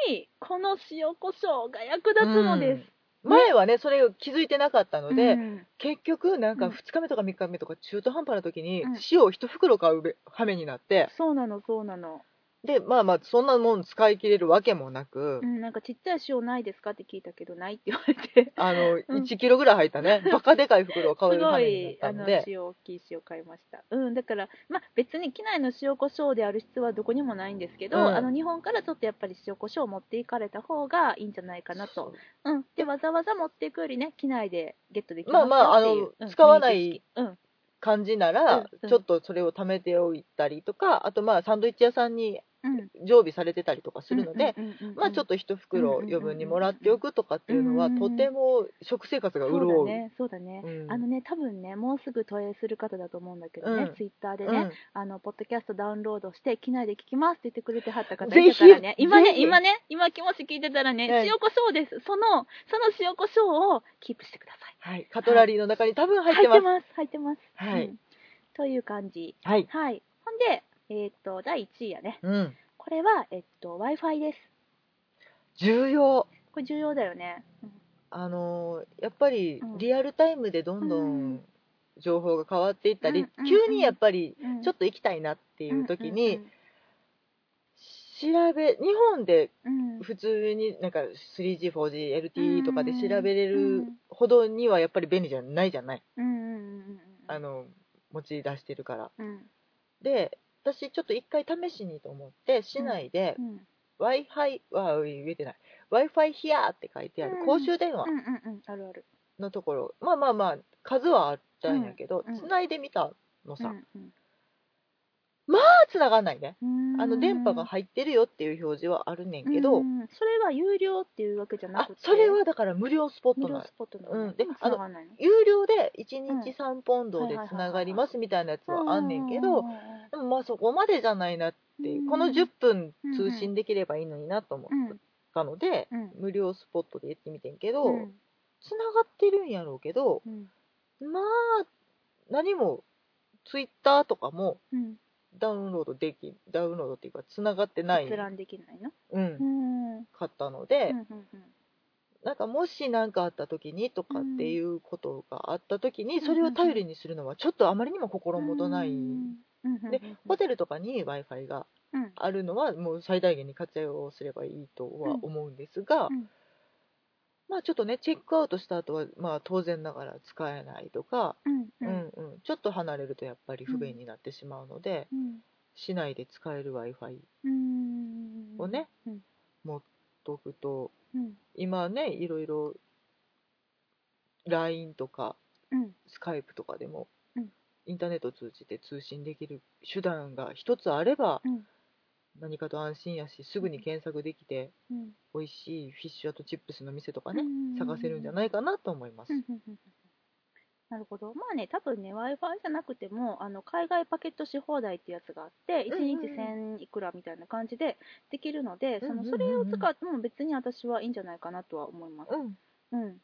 [SPEAKER 1] 時にこの塩胡椒が役立つのです、
[SPEAKER 2] うん前はねそれを気づいてなかったので、
[SPEAKER 1] うん
[SPEAKER 2] 結局なんか
[SPEAKER 1] うん
[SPEAKER 2] 2日目とか3日目とか中途半端な時に
[SPEAKER 1] うん
[SPEAKER 2] 塩を1袋買うべ羽目になって
[SPEAKER 1] そうなのそうなの、
[SPEAKER 2] でまあまあそんなもん使い切れるわけもなく、
[SPEAKER 1] うん、なんかちっちゃい塩ないですかって聞いたけどないって言われ て
[SPEAKER 2] あの
[SPEAKER 1] うん
[SPEAKER 2] 1キロぐらい入っ たねバカでかい袋を買
[SPEAKER 1] す
[SPEAKER 2] う羽
[SPEAKER 1] ご
[SPEAKER 2] 目に
[SPEAKER 1] い
[SPEAKER 2] な
[SPEAKER 1] あ
[SPEAKER 2] ったの
[SPEAKER 1] の
[SPEAKER 2] で
[SPEAKER 1] 塩大きい塩買いましたうんだからまあ別に機内の塩コショウである必要はどこにもないんですけど、
[SPEAKER 2] うん
[SPEAKER 1] あの日本からちょっとやっぱり塩コショウを持っていかれた方がいいんじゃないかなとうんでわざわざ持っていくよりね機内でゲットできますよっていう、
[SPEAKER 2] まあまああの
[SPEAKER 1] うん
[SPEAKER 2] 使わない
[SPEAKER 1] うん
[SPEAKER 2] 感じなら
[SPEAKER 1] うんうん
[SPEAKER 2] ちょっとそれを貯めておいたりとかあとまあサンドイッチ屋さんに
[SPEAKER 1] うん
[SPEAKER 2] 常備されてたりとかするので、
[SPEAKER 1] うんうんうんうん
[SPEAKER 2] まあちょっと1袋余分にもらっておくとかっていうのは
[SPEAKER 1] うんうんう
[SPEAKER 2] と
[SPEAKER 1] ん
[SPEAKER 2] ても食生活が
[SPEAKER 1] そう
[SPEAKER 2] 潤
[SPEAKER 1] だ
[SPEAKER 2] う。
[SPEAKER 1] ねそうだね、
[SPEAKER 2] うん
[SPEAKER 1] あのね多分ねもうすぐ投影する方だと思うんだけどね、
[SPEAKER 2] うん
[SPEAKER 1] ツイッターでね、
[SPEAKER 2] うん
[SPEAKER 1] あの、ポッドキャストダウンロードして、機内で聞きますって言ってくれてはった方
[SPEAKER 2] ぜひ
[SPEAKER 1] いたからね、今ね
[SPEAKER 2] ぜ、ひ
[SPEAKER 1] 今ね、今気持ち聞いてたらね、
[SPEAKER 2] はい
[SPEAKER 1] 塩コショウです。その、その塩コショウをキープしてください。
[SPEAKER 2] はい、カトラリーの中に多分入ってます。
[SPEAKER 1] 入ってます。入ってます。
[SPEAKER 2] はい
[SPEAKER 1] うんという感じ。
[SPEAKER 2] はい。
[SPEAKER 1] はい。ほんで、えーっと、第1位やね。
[SPEAKER 2] うん。
[SPEAKER 1] これは、えっと、Wi-Fi です。
[SPEAKER 2] 重要。
[SPEAKER 1] これ重要だよね。うん
[SPEAKER 2] あのーやっぱり
[SPEAKER 1] うん
[SPEAKER 2] リアルタイムでどんど
[SPEAKER 1] うん
[SPEAKER 2] ん情報が変わっていった
[SPEAKER 1] う
[SPEAKER 2] り、
[SPEAKER 1] んうんうん
[SPEAKER 2] 急にやっぱり
[SPEAKER 1] うん
[SPEAKER 2] ちょっと行きたいなっていう時に、
[SPEAKER 1] うん
[SPEAKER 2] 調べ日本で
[SPEAKER 1] うんうん、
[SPEAKER 2] 普通になんか 3G、4G、LTE とかで調べれ
[SPEAKER 1] うんう
[SPEAKER 2] る
[SPEAKER 1] ん
[SPEAKER 2] ほどにはやっぱり便利じゃないじゃない。
[SPEAKER 1] うんうんうん
[SPEAKER 2] あの持ち出してるから。
[SPEAKER 1] うんうん
[SPEAKER 2] で私ちょっと一回試しにと思って市内で
[SPEAKER 1] うん
[SPEAKER 2] w i f i は言えてない w i f i ヒアーって書いてある
[SPEAKER 1] うん
[SPEAKER 2] 公衆電話
[SPEAKER 1] うんうんうんあるある。
[SPEAKER 2] のところ、まあまあまあ数はあったんやけど、
[SPEAKER 1] うんうん
[SPEAKER 2] 繋いでみたのさ、
[SPEAKER 1] うんうん
[SPEAKER 2] まあ繋がんないねあ
[SPEAKER 1] う
[SPEAKER 2] の
[SPEAKER 1] ん
[SPEAKER 2] 電波が入ってるよっていう表示はあるねんけ
[SPEAKER 1] う
[SPEAKER 2] ど、
[SPEAKER 1] んそれは有料っていうわけじゃな
[SPEAKER 2] あ
[SPEAKER 1] くて
[SPEAKER 2] それはだから無料スポッ
[SPEAKER 1] 無
[SPEAKER 2] ト
[SPEAKER 1] 料
[SPEAKER 2] なの
[SPEAKER 1] スポットなの、
[SPEAKER 2] うんで
[SPEAKER 1] も繋がんないの
[SPEAKER 2] 有料で1日3ポンドで繋がりますみたいなやつはあんねんけど、
[SPEAKER 1] うう
[SPEAKER 2] でもまあそこまでじゃないなっていう、
[SPEAKER 1] うん
[SPEAKER 2] この10分通信できればいいのになと思
[SPEAKER 1] うん
[SPEAKER 2] ったので、
[SPEAKER 1] うん
[SPEAKER 2] 無料スポットで行ってみてんけど、
[SPEAKER 1] うん
[SPEAKER 2] 繋がってるんやろうけど
[SPEAKER 1] うん
[SPEAKER 2] まあ何もツイッターとかも
[SPEAKER 1] うん
[SPEAKER 2] ダウンロードできダウンロードっていうか繋がってない、
[SPEAKER 1] 閲
[SPEAKER 2] う
[SPEAKER 1] 覧できないの
[SPEAKER 2] ん、
[SPEAKER 1] んうん
[SPEAKER 2] かったので、
[SPEAKER 1] うん
[SPEAKER 2] なんかもし何かあった時にとかっていうことがあった時に、それを頼りにするのはちょっとあまりにも心もとない、
[SPEAKER 1] うんうんうん
[SPEAKER 2] でホテルとかに w i f i が
[SPEAKER 1] うん
[SPEAKER 2] あるのはもう最大限に活用すればいいとは思うんですが、
[SPEAKER 1] うんうん
[SPEAKER 2] まあちょっとねチェックアウトした後はまあ当然ながら使えないとか、
[SPEAKER 1] うん
[SPEAKER 2] う
[SPEAKER 1] うんん
[SPEAKER 2] うんちょっと離れるとやっぱり不便になってしまうので、
[SPEAKER 1] うん
[SPEAKER 2] 市内で使える w i f i
[SPEAKER 1] うん
[SPEAKER 2] をね、
[SPEAKER 1] うん
[SPEAKER 2] 持っとくと
[SPEAKER 1] うん
[SPEAKER 2] 今ねいろいろ LINE とか
[SPEAKER 1] うん
[SPEAKER 2] スカイプとかでも、
[SPEAKER 1] うん
[SPEAKER 2] インターネットを通じて通信できる手段が一つあれば、
[SPEAKER 1] うん
[SPEAKER 2] 何かと安心やしすぐに検索できて
[SPEAKER 1] うん
[SPEAKER 2] 美味しいフィッシュチップスの店とかね、
[SPEAKER 1] うん
[SPEAKER 2] 探せるんじゃないかなと思います、
[SPEAKER 1] うんうんうんなるほどまあね多分ね w i f i じゃなくてもあの海外パケットし放題ってやつがあって1
[SPEAKER 2] うんうんう
[SPEAKER 1] 日
[SPEAKER 2] ん
[SPEAKER 1] 1000いくらみたいな感じでできるのでそ
[SPEAKER 2] うんう
[SPEAKER 1] の
[SPEAKER 2] んうんうん
[SPEAKER 1] それを使っても別に私はいいんじゃないかなとは思います
[SPEAKER 2] うん
[SPEAKER 1] うん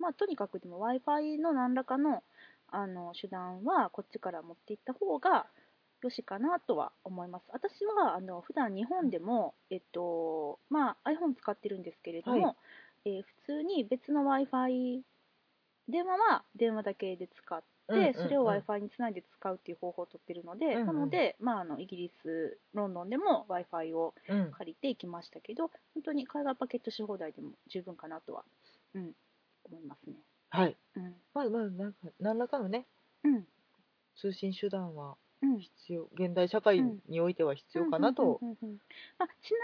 [SPEAKER 1] まあとにかくでも w i f i の何らかのあの手段はこっちから持っていった方がよしかなとは思います私はあの普段日本でも、えっとまあ、iPhone 使ってるんですけれども、
[SPEAKER 2] は
[SPEAKER 1] えー普通に別の w i f i 電話は電話だけで使って、
[SPEAKER 2] うんうんうん
[SPEAKER 1] それを w i f i につないで使うっていう方法をとってるので、
[SPEAKER 2] うんうん
[SPEAKER 1] なので、まあ、あのイギリスロンドンでも w i f i を
[SPEAKER 2] うん
[SPEAKER 1] 借りていきましたけど本当に海外パケットし放題でも十分かなとは、うん、思いますね。
[SPEAKER 2] はい
[SPEAKER 1] うん
[SPEAKER 2] まあまあなんか何らかのね
[SPEAKER 1] うん
[SPEAKER 2] 通信手段は
[SPEAKER 1] うん
[SPEAKER 2] 必要現代社会においては必要かなと、
[SPEAKER 1] うんうんうんうんまあ、ちな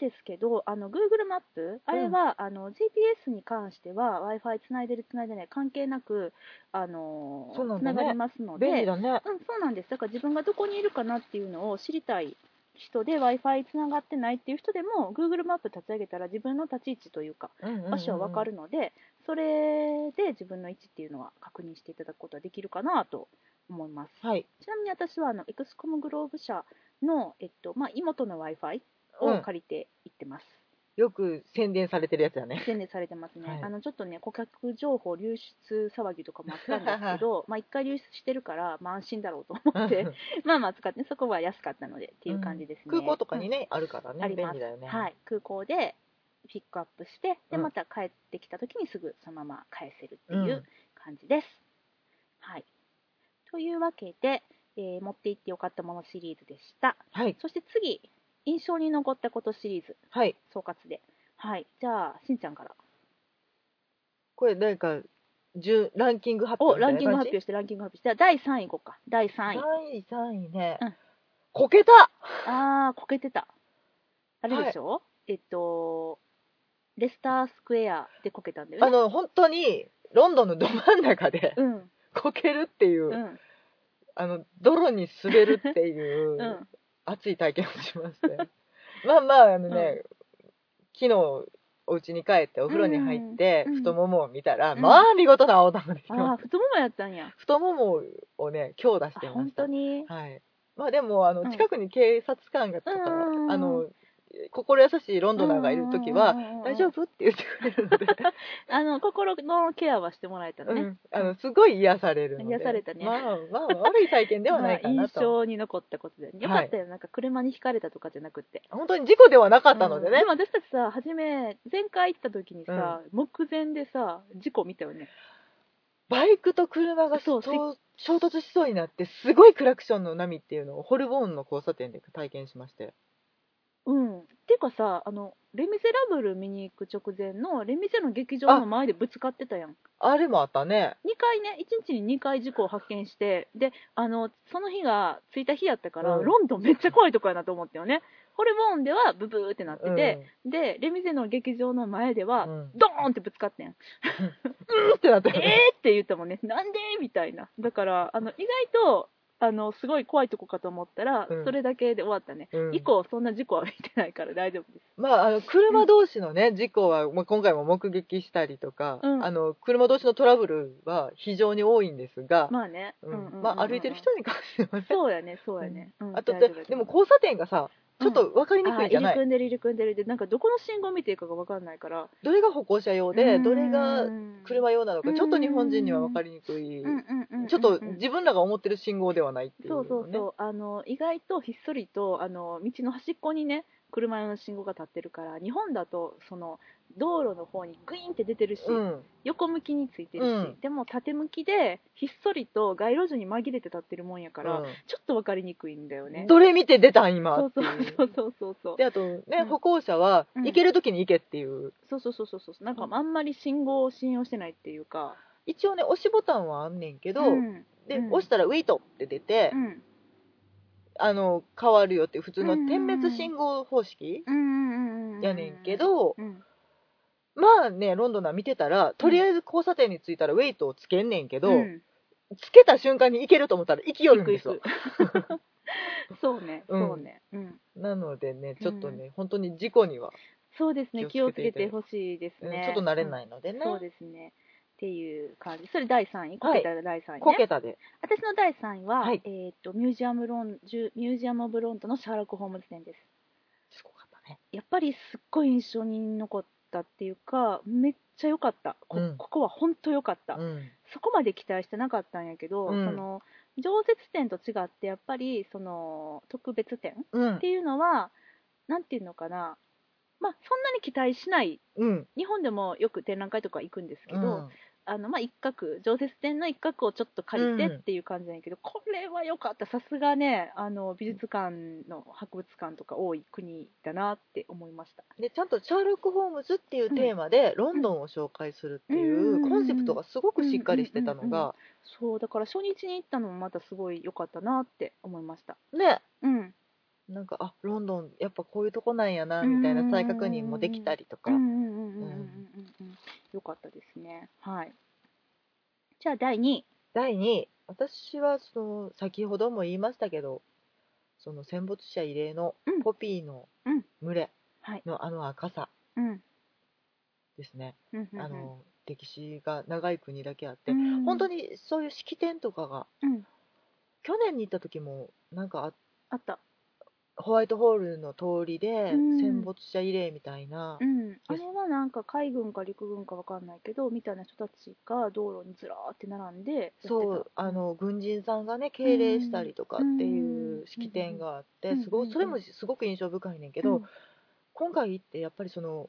[SPEAKER 1] みにですけどあの Google マップあれは、あの GPS に関しては w i f i つないでるつないでない関係なくあの
[SPEAKER 2] そうなん
[SPEAKER 1] つ
[SPEAKER 2] だ
[SPEAKER 1] な
[SPEAKER 2] ね
[SPEAKER 1] がりますので
[SPEAKER 2] 便利だね
[SPEAKER 1] うん、そうなんですだから自分がどこにいるかなっていうのを知りたい人で w i f i つながってないっていう人でも Google マップ立ち上げたら自分の立ち位置というか場所は分かるので、それで自分の位置っていうのは確認していただくことはできるかなと思います。
[SPEAKER 2] はい
[SPEAKER 1] ちなみに私はあのエクスコムグローブ社の、えっとまあ、妹の w i f i を借りて行ってます。
[SPEAKER 2] よく宣伝されてるやつだね
[SPEAKER 1] 宣伝されてますね、
[SPEAKER 2] はい
[SPEAKER 1] あのちょっとね顧客情報流出騒ぎとかもあったんですけ どまあ一回流出してるから、まあ、安心だろうと 思ってまあまあ使ってそこは安かったのでっていう感じですね、
[SPEAKER 2] 空港とかにね、あるから
[SPEAKER 1] あ
[SPEAKER 2] ね
[SPEAKER 1] り
[SPEAKER 2] 便
[SPEAKER 1] ます
[SPEAKER 2] 利だよね
[SPEAKER 1] はい、空港でピックアップしてで
[SPEAKER 2] うん
[SPEAKER 1] また帰ってきた時にすぐそのまま返せるって
[SPEAKER 2] うん
[SPEAKER 1] いうう感じです。はい、というわけで、えー持って行ってよかったものシリーズでした。
[SPEAKER 2] はい
[SPEAKER 1] そして次印象に残ったことシリーズ
[SPEAKER 2] はい
[SPEAKER 1] 総括で。はい、じゃあしんちゃんから。
[SPEAKER 2] これなんか順ランキング発
[SPEAKER 1] お
[SPEAKER 2] 表
[SPEAKER 1] ランキング発
[SPEAKER 2] みたい
[SPEAKER 1] 表してランキング発表してじゃあ第3位いこうか第3位。
[SPEAKER 2] な感じ第3位ね、
[SPEAKER 1] うん
[SPEAKER 2] こけた
[SPEAKER 1] あーこけてた。あれでしょ、えっとレスタースクエアでこけたんだよ
[SPEAKER 2] あ
[SPEAKER 1] ね。
[SPEAKER 2] の本当にロンドンのど真ん中で
[SPEAKER 1] うん
[SPEAKER 2] こけるっていう、
[SPEAKER 1] うん
[SPEAKER 2] あの泥に滑るっていう、
[SPEAKER 1] うん
[SPEAKER 2] 熱い体験をしまして まあまああのね、昨日お家に帰ってお風呂に入って、
[SPEAKER 1] うんうん
[SPEAKER 2] 太ももを見たら、
[SPEAKER 1] うん
[SPEAKER 2] まあ見事な青玉ですよ、
[SPEAKER 1] ああ、太ももやったんや。
[SPEAKER 2] 太ももをね強打して
[SPEAKER 1] あ
[SPEAKER 2] いま
[SPEAKER 1] 本
[SPEAKER 2] した
[SPEAKER 1] 当に。
[SPEAKER 2] はいまあでもあの、
[SPEAKER 1] うん
[SPEAKER 2] 近くに警察官がとか、
[SPEAKER 1] うん
[SPEAKER 2] あの心優しいロンドナーがいる時は、
[SPEAKER 1] うんうんうんうん
[SPEAKER 2] 大丈夫って言ってくれるので、
[SPEAKER 1] あの心のケアはしてもらえたの
[SPEAKER 2] う
[SPEAKER 1] ね。
[SPEAKER 2] ん、あのすごい癒されるので
[SPEAKER 1] 癒されたね
[SPEAKER 2] まあまあ悪い体験ではないか
[SPEAKER 1] まあ
[SPEAKER 2] な
[SPEAKER 1] 印
[SPEAKER 2] と、
[SPEAKER 1] 象に残ったことで、ね、よかったよ、なんか車にひかれたとかじゃなくて。
[SPEAKER 2] 本当に事故ではなかったので
[SPEAKER 1] うん
[SPEAKER 2] ね
[SPEAKER 1] で、も私たちさ、初め、前回行った時にさ、目前でさ、事故見たよね。
[SPEAKER 2] バイクと車が
[SPEAKER 1] そう
[SPEAKER 2] そう衝突しそうになってすごいクラクションの波っていうのをホルボーンの交差点で体験しまして
[SPEAKER 1] うん。っていうかさ、あの、レミゼラブル見に行く直前の、レミゼの劇場の前でぶつかってたやん。
[SPEAKER 2] あれもあったね
[SPEAKER 1] 2回ね、1日に2回事故を発見して、で、あの、その日が着いた日やったから、
[SPEAKER 2] うん
[SPEAKER 1] ロンドンめっちゃ怖いとこやなと思ったよね。ホルボーンではブブーってなってて、
[SPEAKER 2] うん
[SPEAKER 1] でレミゼの劇場の前では、
[SPEAKER 2] うん
[SPEAKER 1] ドーンってぶつか ってん
[SPEAKER 2] うんってなったよ
[SPEAKER 1] えー
[SPEAKER 2] ね
[SPEAKER 1] って言ったもんねなんでみたいなだからあの意外とあのすごい怖いとこかと思ったら、
[SPEAKER 2] うん
[SPEAKER 1] それだけで終わったね、
[SPEAKER 2] うん
[SPEAKER 1] 以降そんな事故は見てないから大丈夫です
[SPEAKER 2] まあ、あの車同士のね、事故は、まあ、今回も目撃したりとか、
[SPEAKER 1] うん
[SPEAKER 2] あの車同士のトラブルは非常に多いんですが、
[SPEAKER 1] まあね、う
[SPEAKER 2] う
[SPEAKER 1] んうんうんうん
[SPEAKER 2] んまあ、歩いてる人に関して はね、
[SPEAKER 1] そうやねそうやね、うん
[SPEAKER 2] あと
[SPEAKER 1] 大
[SPEAKER 2] で
[SPEAKER 1] 丈夫大丈夫
[SPEAKER 2] でも交差点がさ、ちょっと分かりにくいじゃな
[SPEAKER 1] あ入
[SPEAKER 2] い、
[SPEAKER 1] り組んでる入り組んでるでなんかどこの信号見ていいかが分かんないから
[SPEAKER 2] どれが歩行者用で、どれが車用なの
[SPEAKER 1] う
[SPEAKER 2] か、
[SPEAKER 1] ん
[SPEAKER 2] ちょっと日本人には分かりにくい、ちょっと自分らが思ってる信号ではないっていう、
[SPEAKER 1] そ
[SPEAKER 2] ね、
[SPEAKER 1] うそうそう、あの意外とひっそりとあの道の端っこにね車用の信号が立ってるから日本だとその道路の方にグイーンって出てるし、
[SPEAKER 2] ん、
[SPEAKER 1] 横向きについてるし、
[SPEAKER 2] うん
[SPEAKER 1] でも縦向きでひっそりと街路樹に紛れて立ってるもんやから、
[SPEAKER 2] うん
[SPEAKER 1] ちょっと分かりにくいんだよね。
[SPEAKER 2] どれ見て出たん今
[SPEAKER 1] そ
[SPEAKER 2] っ
[SPEAKER 1] う
[SPEAKER 2] て
[SPEAKER 1] そう
[SPEAKER 2] いう
[SPEAKER 1] そうそうそうそう
[SPEAKER 2] であとね、
[SPEAKER 1] うん
[SPEAKER 2] 歩行者は、
[SPEAKER 1] うん
[SPEAKER 2] 行ける時に行けっていう
[SPEAKER 1] そうそうそうそうそうなんかあんまり信号を信用してないっていうか
[SPEAKER 2] 一応ね押しボタンはあんねんけど、
[SPEAKER 1] ん
[SPEAKER 2] で、
[SPEAKER 1] うん
[SPEAKER 2] 押したら「ウェイト!」って出て、
[SPEAKER 1] うん
[SPEAKER 2] あの変わるよっていう普通の
[SPEAKER 1] うん
[SPEAKER 2] 点滅信号方式
[SPEAKER 1] うんうんうんうん
[SPEAKER 2] やねんけ、ど、
[SPEAKER 1] うん、
[SPEAKER 2] まあねロンドンは見てたらとりあえず交差点に着いたら「ウェイト!」をつけんねんけど、
[SPEAKER 1] うん
[SPEAKER 2] つけた瞬間に行けると思ったら行きよるんですよ
[SPEAKER 1] 行く行くそうね
[SPEAKER 2] うん
[SPEAKER 1] そうね、うん、
[SPEAKER 2] なのでねちょっとね、本当に事故には、
[SPEAKER 1] そうですね、気
[SPEAKER 2] 気
[SPEAKER 1] を
[SPEAKER 2] を
[SPEAKER 1] つ
[SPEAKER 2] つ
[SPEAKER 1] け
[SPEAKER 2] け
[SPEAKER 1] て
[SPEAKER 2] て
[SPEAKER 1] ほしいです
[SPEAKER 2] うん
[SPEAKER 1] ね。
[SPEAKER 2] ちょっと慣れ
[SPEAKER 1] い、
[SPEAKER 2] ないのでね、
[SPEAKER 1] そうですね。っていう感じ。それ第3位、こ
[SPEAKER 2] は
[SPEAKER 1] け
[SPEAKER 2] い
[SPEAKER 1] たら第3位、ね
[SPEAKER 2] こけたで
[SPEAKER 1] 私の第3位は、
[SPEAKER 2] はい
[SPEAKER 1] えーっとミュージアムロンジュミュージアムオブロンドンのシャーロック・ホームズ展です。
[SPEAKER 2] すごかったね
[SPEAKER 1] やっぱりすっごい印象に残ったっていうか、めっちゃ良かった。こ,、
[SPEAKER 2] うん
[SPEAKER 1] ここは本当良かった。
[SPEAKER 2] うん
[SPEAKER 1] そこまで期待してなかったんやけど、
[SPEAKER 2] うん
[SPEAKER 1] その常設展と違ってやっぱりその特別展
[SPEAKER 2] うん
[SPEAKER 1] っていうのは、なんていうのかな、まあそんなに期待しない
[SPEAKER 2] うん
[SPEAKER 1] 日本でもよく展覧会とか行くんですけど、
[SPEAKER 2] うん
[SPEAKER 1] あのまあ、一角常設展の一角をちょっと借りて
[SPEAKER 2] うん
[SPEAKER 1] っていう感じなんやけど、これは良かったさすがねあの美術館の博物館とか多い国だなって思いました
[SPEAKER 2] でちゃんと「シャーロック・ホームズ」っていうテーマでロンドンを紹介するっていうコンセプトがすごくしっかりしてたのが
[SPEAKER 1] そうだから初日に行ったのもまたすごい良かったなって思いました
[SPEAKER 2] ね
[SPEAKER 1] うん
[SPEAKER 2] なんかあロンドンやっぱこういうとこなんやなみたいな再確認もできたりとか
[SPEAKER 1] うんうんうんうんうんうんうんうん良かったですねはいじゃあ第2位
[SPEAKER 2] 第2位私はその先ほども言いましたけどその戦没者慰霊の
[SPEAKER 1] うん
[SPEAKER 2] ポピーの
[SPEAKER 1] うん
[SPEAKER 2] 群れ
[SPEAKER 1] はい
[SPEAKER 2] のあの赤さ
[SPEAKER 1] うんうん
[SPEAKER 2] ですね、
[SPEAKER 1] うんうん
[SPEAKER 2] あの歴史が長い国だけあって、
[SPEAKER 1] うん
[SPEAKER 2] 本当にそういう式典とかが
[SPEAKER 1] うん
[SPEAKER 2] 去年に行った時もなんかあ
[SPEAKER 1] あった
[SPEAKER 2] ホワイトホールの通りで
[SPEAKER 1] うん
[SPEAKER 2] 戦没者慰霊みたいな
[SPEAKER 1] う、ん、あれはなんか海軍か陸軍かわかんないけどみたいな人たちが道路にずらーって並んでやってた
[SPEAKER 2] そうあの軍人さんがね敬礼したりとかっていううん式典があっ
[SPEAKER 1] う
[SPEAKER 2] て
[SPEAKER 1] ん
[SPEAKER 2] すご
[SPEAKER 1] うん
[SPEAKER 2] いそれもすごく印象深いねんけど、
[SPEAKER 1] うん
[SPEAKER 2] 今回ってやっぱりその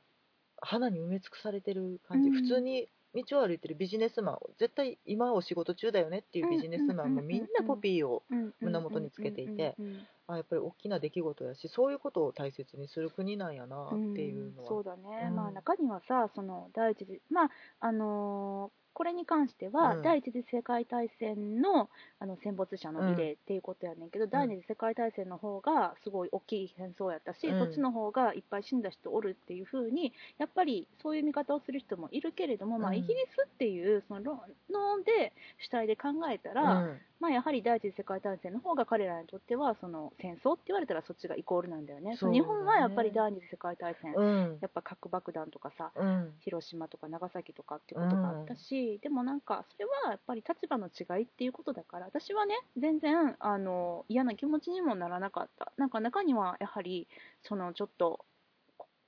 [SPEAKER 2] 花に埋め尽くされてる感じ、
[SPEAKER 1] うん
[SPEAKER 2] 普通に道を歩いてるビジネスマン絶対今お仕事中だよねっていうビジネスマンも
[SPEAKER 1] うん
[SPEAKER 2] みんなポピーを
[SPEAKER 1] うんうんうん
[SPEAKER 2] 胸元につけていて
[SPEAKER 1] うんうんうん
[SPEAKER 2] あやっぱり大きな出来事やしそういうことを大切にする国なんやなっていうのは、
[SPEAKER 1] そうだね、
[SPEAKER 2] うん
[SPEAKER 1] まあ中にはさその第一次まああのーこれに関しては、
[SPEAKER 2] うん
[SPEAKER 1] 第一次世界大戦のあの戦没者の慰霊っていうことやねんけど、第二次世界大戦の方がすごい大きい戦争やったし、
[SPEAKER 2] うん
[SPEAKER 1] そっちの方がいっぱい死んだ人おるっていう風にやっぱりそういう見方をする人もいるけれども、まあ、
[SPEAKER 2] うん
[SPEAKER 1] イギリスっていうそのロンドンで主体で考えたら、
[SPEAKER 2] うん
[SPEAKER 1] まあ、やはり第一次世界大戦の方が彼らにとってはその戦争って言われたらそっちがイコールなんだよね。
[SPEAKER 2] そうだね
[SPEAKER 1] 日本はやっぱり第二次世界大戦
[SPEAKER 2] うん
[SPEAKER 1] やっぱ核爆弾とかさ
[SPEAKER 2] うん
[SPEAKER 1] 広島とか長崎とかっていうことがあったし、でもなんかそれはやっぱり立場の違いっていうことだから私はね全然あの嫌な気持ちにもならなかったなんか中にはやはりそのちょっと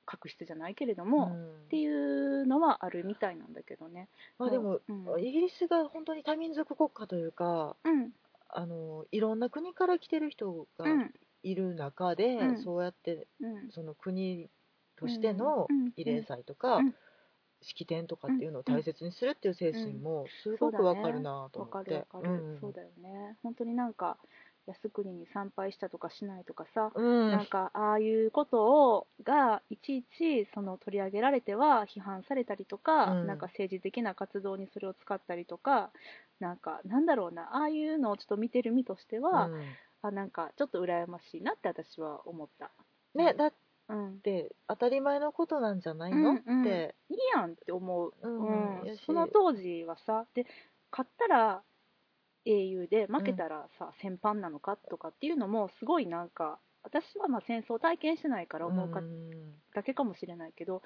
[SPEAKER 1] 確執じゃないけれども、っ
[SPEAKER 2] うん
[SPEAKER 1] ていうのはあるみたいなんだけどね
[SPEAKER 2] まあ、でも、
[SPEAKER 1] うん
[SPEAKER 2] イギリスが本当に多民族国家というか
[SPEAKER 1] うん
[SPEAKER 2] あのいろんな国から来てる人が
[SPEAKER 1] うん
[SPEAKER 2] いる中で、
[SPEAKER 1] うん
[SPEAKER 2] そうやって
[SPEAKER 1] うん
[SPEAKER 2] その国としての
[SPEAKER 1] うん
[SPEAKER 2] 慰霊祭とか、
[SPEAKER 1] うん
[SPEAKER 2] 式典とかっていうのを大切にするっていう精神もすごくわかるなと
[SPEAKER 1] わ
[SPEAKER 2] 思
[SPEAKER 1] か
[SPEAKER 2] っ
[SPEAKER 1] る
[SPEAKER 2] て。
[SPEAKER 1] わかる、そうだよね本当になんか靖国に参拝したとかしないとかさ、
[SPEAKER 2] うん
[SPEAKER 1] なんかああいうことをがいちいちその取り上げられては批判されたりとか、
[SPEAKER 2] うん
[SPEAKER 1] なんか政治的な活動にそれを使ったりとかなんかなんだろうなああいうのをちょっと見てる身としては、
[SPEAKER 2] うん
[SPEAKER 1] あなんかちょっと羨ましいなって私は思った。
[SPEAKER 2] ね、だっ
[SPEAKER 1] うん、
[SPEAKER 2] て当たり前のことなんじゃないの、
[SPEAKER 1] うんうん
[SPEAKER 2] って、
[SPEAKER 1] いいやんって思う、
[SPEAKER 2] うん
[SPEAKER 1] うん
[SPEAKER 2] やし
[SPEAKER 1] その当時はさで買ったら英雄で負けたらさ、戦犯なのかとかっていうのもすごいなんか私はまあ戦争体験してないから思うか、
[SPEAKER 2] うん
[SPEAKER 1] だけかもしれないけど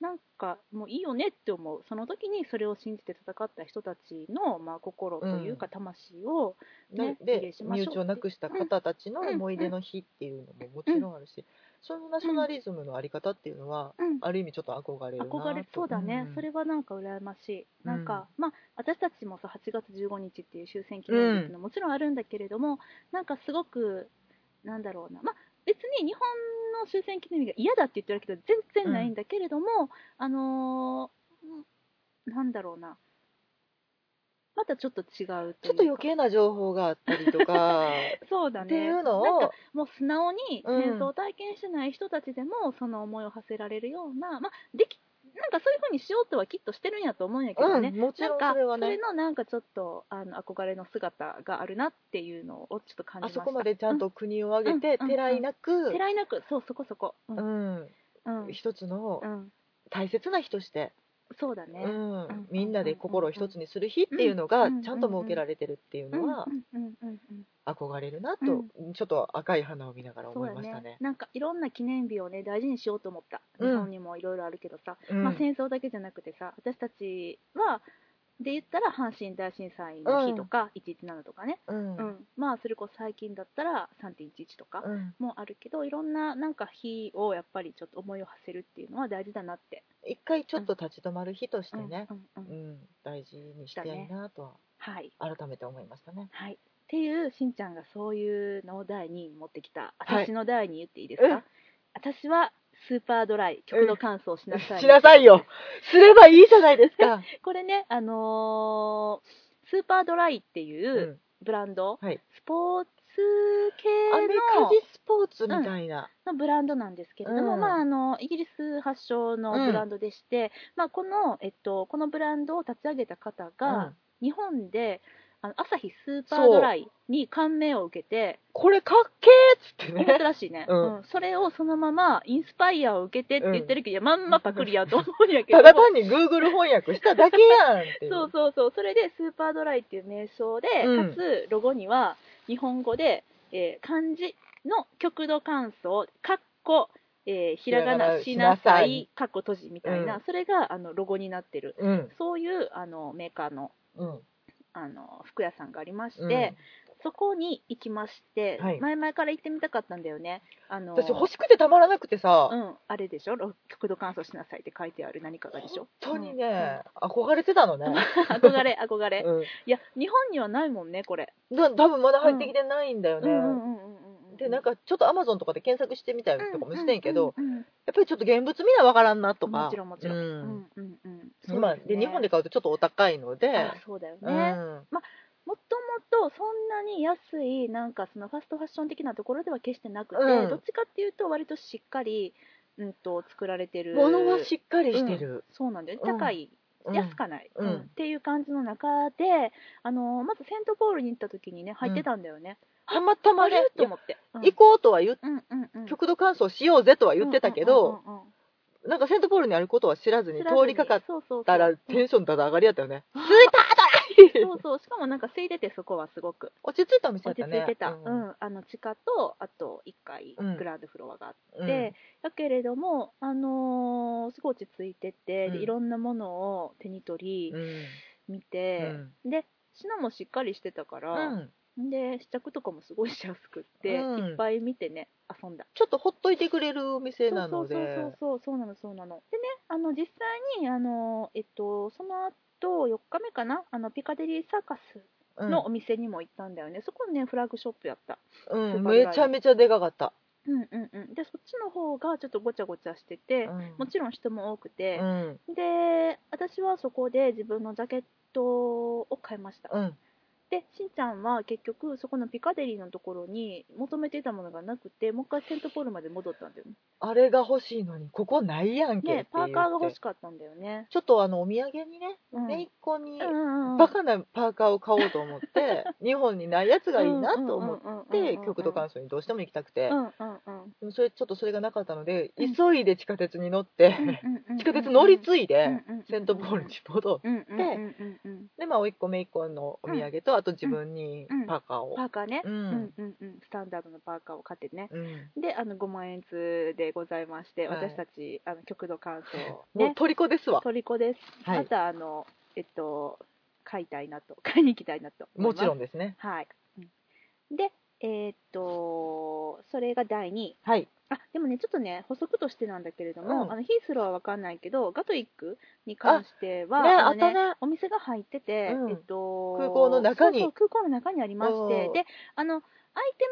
[SPEAKER 1] なんかもういいよねって思うその時にそれを信じて戦った人たちの、まあ、心というか魂を、ね
[SPEAKER 2] で
[SPEAKER 1] 慰霊しましょう
[SPEAKER 2] 身内をなくした方たちの思い出の日っていうのももちろんあるし、そのナショナリズムのあり方っていうのは、
[SPEAKER 1] うん
[SPEAKER 2] ある意味ちょっと憧れるなと
[SPEAKER 1] 憧れそうだね、
[SPEAKER 2] ん
[SPEAKER 1] それはなんか羨ましい、
[SPEAKER 2] うん
[SPEAKER 1] なんか、まあ、私たちもさ8月15日っていう終戦記念日っていうのもちろんあるんだけれども、なんかすごく、なんだろうな、まあ、別に日本の終戦記念日が嫌だって言ってるわけでは全然ないんだけれども、あのーなんだろうな、またちょっと違うと
[SPEAKER 2] ち
[SPEAKER 1] い
[SPEAKER 2] ょ
[SPEAKER 1] う
[SPEAKER 2] っ
[SPEAKER 1] か
[SPEAKER 2] と余計な情報があったり とか、
[SPEAKER 1] そうだね
[SPEAKER 2] っていうの
[SPEAKER 1] なんか
[SPEAKER 2] を、
[SPEAKER 1] もう素直に
[SPEAKER 2] うん
[SPEAKER 1] 戦争を体験してない人たちでもその思いを馳せられるような、まあ、できなんかそういうふうにしようとはきっとしてるんやと思うんやけどね、
[SPEAKER 2] うんもちろ
[SPEAKER 1] なん
[SPEAKER 2] ん
[SPEAKER 1] か
[SPEAKER 2] それはね
[SPEAKER 1] それのなんかちょっとあの憧れの姿があるなっていうのをちょっと感じま
[SPEAKER 2] あ
[SPEAKER 1] した
[SPEAKER 2] そこまでちゃんと国を挙げて、
[SPEAKER 1] うん
[SPEAKER 2] てらいな
[SPEAKER 1] うん
[SPEAKER 2] く
[SPEAKER 1] て、らいなくそうそこそこう
[SPEAKER 2] うんん
[SPEAKER 1] うん、うん
[SPEAKER 2] 一つの大切な日として、
[SPEAKER 1] そうだね、
[SPEAKER 2] う
[SPEAKER 1] うん
[SPEAKER 2] ん
[SPEAKER 1] ん
[SPEAKER 2] みんなで心を一つにする日っていうのが
[SPEAKER 1] うん
[SPEAKER 2] ちゃんと設けられてるっていうのは
[SPEAKER 1] うんうんうんうん
[SPEAKER 2] 憧れるなと、ちょっと赤い花を見ながら
[SPEAKER 1] そう
[SPEAKER 2] 思い
[SPEAKER 1] だ
[SPEAKER 2] ました
[SPEAKER 1] ね
[SPEAKER 2] ね。
[SPEAKER 1] なんかいろんな記念日をね大事にしようと思った日
[SPEAKER 2] うん
[SPEAKER 1] 本にもいろいろあるけどさ、
[SPEAKER 2] うん
[SPEAKER 1] まあ、戦争だけじゃなくてさ私たちはで言ったら阪神大震災の日とか、117とかね、
[SPEAKER 2] うん
[SPEAKER 1] うんまあそれこそ最近だったら3.11とか
[SPEAKER 2] うん
[SPEAKER 1] もあるけどいろんななんか日をやっぱりちょっと思いを馳せるっていうのは大事だなって。
[SPEAKER 2] 一回ちょっと立ち止まる日として
[SPEAKER 1] うん
[SPEAKER 2] ね、
[SPEAKER 1] うんう
[SPEAKER 2] うんん、大事にしたいなとは
[SPEAKER 1] はい、
[SPEAKER 2] 改めて思いましたね。
[SPEAKER 1] はいっていうしんちゃんがそういうのを第2位に持ってきた
[SPEAKER 2] はい
[SPEAKER 1] 私の第2位言っていいですか、
[SPEAKER 2] うん
[SPEAKER 1] 私はスーパードライ曲の感想をしなさい、
[SPEAKER 2] しなさいよすればいいじゃないですか、
[SPEAKER 1] これねあのースーパードライって
[SPEAKER 2] う、
[SPEAKER 1] いうんブランド、
[SPEAKER 2] はい
[SPEAKER 1] スポーツ系
[SPEAKER 2] アメカジスポーツみたいな、
[SPEAKER 1] ののブランドなんですけれども、
[SPEAKER 2] うん
[SPEAKER 1] まあ、あのイギリス発祥のブランドでして、まあ、この、えっと、このブランドを立ち上げた方が、日本であの朝日スーパードライに感銘を受けて
[SPEAKER 2] これかっけーっつって
[SPEAKER 1] 思った
[SPEAKER 2] ね
[SPEAKER 1] らしいね、
[SPEAKER 2] う
[SPEAKER 1] う
[SPEAKER 2] ん
[SPEAKER 1] んそれをそのままインスパイアを受けてって言ってるけど、いやまんまパクリやと思うんやけど
[SPEAKER 2] ただ単に Google 翻訳しただけやんっていう
[SPEAKER 1] そうそうそうそれでスーパードライっていう名称で、
[SPEAKER 2] うん
[SPEAKER 1] かつロゴには日本語で、えー漢字の極度乾燥かっこ、えーひらがなし
[SPEAKER 2] ひ
[SPEAKER 1] な
[SPEAKER 2] らがなしな
[SPEAKER 1] さ
[SPEAKER 2] さ
[SPEAKER 1] い
[SPEAKER 2] い
[SPEAKER 1] かっこ閉じみたいな、
[SPEAKER 2] うん
[SPEAKER 1] それがあのロゴになってる
[SPEAKER 2] うん
[SPEAKER 1] そういうあのメーカーの
[SPEAKER 2] うん
[SPEAKER 1] あの服屋さんがありまして、
[SPEAKER 2] うん
[SPEAKER 1] そこに行きまして、
[SPEAKER 2] はい
[SPEAKER 1] 前々から行ってみたかったんだよねあの
[SPEAKER 2] 私欲しくてたまらなくてさ、
[SPEAKER 1] うん、あれでしょろ極度乾燥しなさいって書いてある何かがでしょ
[SPEAKER 2] 本当にね、憧れてたのね、
[SPEAKER 1] うん 憧れ憧れ、
[SPEAKER 2] うん
[SPEAKER 1] いや日本にはないもんねこれ
[SPEAKER 2] だ多分まだ入ってきてないんだよね、でなん
[SPEAKER 1] か
[SPEAKER 2] かちょっとアマゾンとかで検索してみたりとかもしてんけど、
[SPEAKER 1] うんうんうん
[SPEAKER 2] やっぱりちょっと現物見なわからんなとか
[SPEAKER 1] もちろんもちろ
[SPEAKER 2] うん
[SPEAKER 1] うんうんうんそう
[SPEAKER 2] 今
[SPEAKER 1] す
[SPEAKER 2] で
[SPEAKER 1] ね
[SPEAKER 2] 日本で買うとちょっとお高いので、
[SPEAKER 1] あそうだよね、
[SPEAKER 2] うん
[SPEAKER 1] もともとそんなに安いなんかそのファストファッション的なところでは決してなくて、
[SPEAKER 2] うん
[SPEAKER 1] どっちかっていうと割としっかり、うん、と作られてる
[SPEAKER 2] 物はしっかりしてる、
[SPEAKER 1] そうなんだよね
[SPEAKER 2] うん
[SPEAKER 1] 高い、
[SPEAKER 2] うん
[SPEAKER 1] 安かない、
[SPEAKER 2] うん
[SPEAKER 1] っていう感じの中であのまずセントポールに行った時にね入ってたんだよね、
[SPEAKER 2] たまたま
[SPEAKER 1] あ
[SPEAKER 2] ね
[SPEAKER 1] れと思って、うん
[SPEAKER 2] 行こうとは言っ
[SPEAKER 1] うんうんうん
[SPEAKER 2] 極度乾燥しようぜとは言ってたけど、
[SPEAKER 1] うんうんうんうん
[SPEAKER 2] なんかセントポールにあることは知らずに
[SPEAKER 1] 知らずに
[SPEAKER 2] 通りかかっ
[SPEAKER 1] そうそうそう
[SPEAKER 2] たらテンションだだ上がりやったよね、
[SPEAKER 1] うん
[SPEAKER 2] 着いたとか
[SPEAKER 1] そうそうしかもなんか空いててそこはすご く
[SPEAKER 2] 落ち着いたお店だ
[SPEAKER 1] 落ち
[SPEAKER 2] った
[SPEAKER 1] 着
[SPEAKER 2] ね
[SPEAKER 1] いてた、う
[SPEAKER 2] うんん
[SPEAKER 1] あの地下とあと1階
[SPEAKER 2] うん
[SPEAKER 1] グランドフロアがあって、
[SPEAKER 2] うん
[SPEAKER 1] だけれども、あのーすごい落ち着いてて、で
[SPEAKER 2] うん
[SPEAKER 1] いろんなものを手に取り
[SPEAKER 2] うん
[SPEAKER 1] 見て、で品もしっかりしてたか
[SPEAKER 2] う
[SPEAKER 1] ら、
[SPEAKER 2] ん
[SPEAKER 1] で試着とかもすごいしやすくって、
[SPEAKER 2] うん
[SPEAKER 1] いっぱい見てね遊んだ。
[SPEAKER 2] ちょっとほっといてくれるお店な
[SPEAKER 1] そ
[SPEAKER 2] の
[SPEAKER 1] う
[SPEAKER 2] で
[SPEAKER 1] そうそうそうそうなのそうなのでねあの実際にあのえっとその後4日目かなあのピカデリーサーカス
[SPEAKER 2] うん
[SPEAKER 1] のお店にも行ったんだよね、そこねフラッグショップやった
[SPEAKER 2] うん
[SPEAKER 1] スーパードライ
[SPEAKER 2] めちゃめちゃでかかった、
[SPEAKER 1] うんうんうんでそっちの方がちょっとごちゃごちゃしてて、もちろん人も多くて
[SPEAKER 2] う、ん
[SPEAKER 1] で私はそこで自分のジャケットを買いました、
[SPEAKER 2] うん
[SPEAKER 1] でしんちゃんは結局そこのピカデリーのところに求めていたものがなくてもう一回セントポールまで戻ったんだよね
[SPEAKER 2] あれが欲しいのにここないやんけって言っ
[SPEAKER 1] ね
[SPEAKER 2] て
[SPEAKER 1] パーカーが欲しかったんだよね、
[SPEAKER 2] ちょっとあのお土産にね
[SPEAKER 1] うん、
[SPEAKER 2] 姪っ子に
[SPEAKER 1] うんうんうん
[SPEAKER 2] バカなパーカーを買おうと思って 日本にないやつがいいなと思っ
[SPEAKER 1] うんうんうんうんうん
[SPEAKER 2] て極度乾燥にどうしても行きたくて
[SPEAKER 1] うんうんうん
[SPEAKER 2] でもそれちょっとそれがなかったので
[SPEAKER 1] うん
[SPEAKER 2] 急いで地下鉄に乗って
[SPEAKER 1] うんうんうん
[SPEAKER 2] 地下鉄乗り
[SPEAKER 1] い
[SPEAKER 2] 継いで
[SPEAKER 1] うんうん
[SPEAKER 2] セントポールに戻って
[SPEAKER 1] うんうんうんうんうん
[SPEAKER 2] でまあ甥っ子姪っ子のお土産とあと自分に
[SPEAKER 1] うん
[SPEAKER 2] パーカーを
[SPEAKER 1] パーカーね
[SPEAKER 2] う
[SPEAKER 1] うんんうんうんスタンダードのパーカーを買ってね
[SPEAKER 2] うん
[SPEAKER 1] であの5万円通でございまして、
[SPEAKER 2] はい
[SPEAKER 1] 私たちあの極度乾燥
[SPEAKER 2] もう
[SPEAKER 1] ね
[SPEAKER 2] 虜ですわ
[SPEAKER 1] 虜です、
[SPEAKER 2] はい
[SPEAKER 1] またあのえっと買いたいなと 買いに行きたいなと思
[SPEAKER 2] も
[SPEAKER 1] いま
[SPEAKER 2] ち
[SPEAKER 1] す
[SPEAKER 2] ろんですね
[SPEAKER 1] はい、うんでえーっとそれが第2位
[SPEAKER 2] はい
[SPEAKER 1] あでもね、ちょっとね、補足としてなんだけれども、
[SPEAKER 2] うん
[SPEAKER 1] あのヒースローはわかんないけど、ガトイックに関しては、
[SPEAKER 2] ね
[SPEAKER 1] あの
[SPEAKER 2] あったね
[SPEAKER 1] お店が入ってて、
[SPEAKER 2] うん
[SPEAKER 1] えっと、
[SPEAKER 2] 空港の中に
[SPEAKER 1] そうそう空港の中にありまして、
[SPEAKER 2] おー
[SPEAKER 1] で、あの、アイテ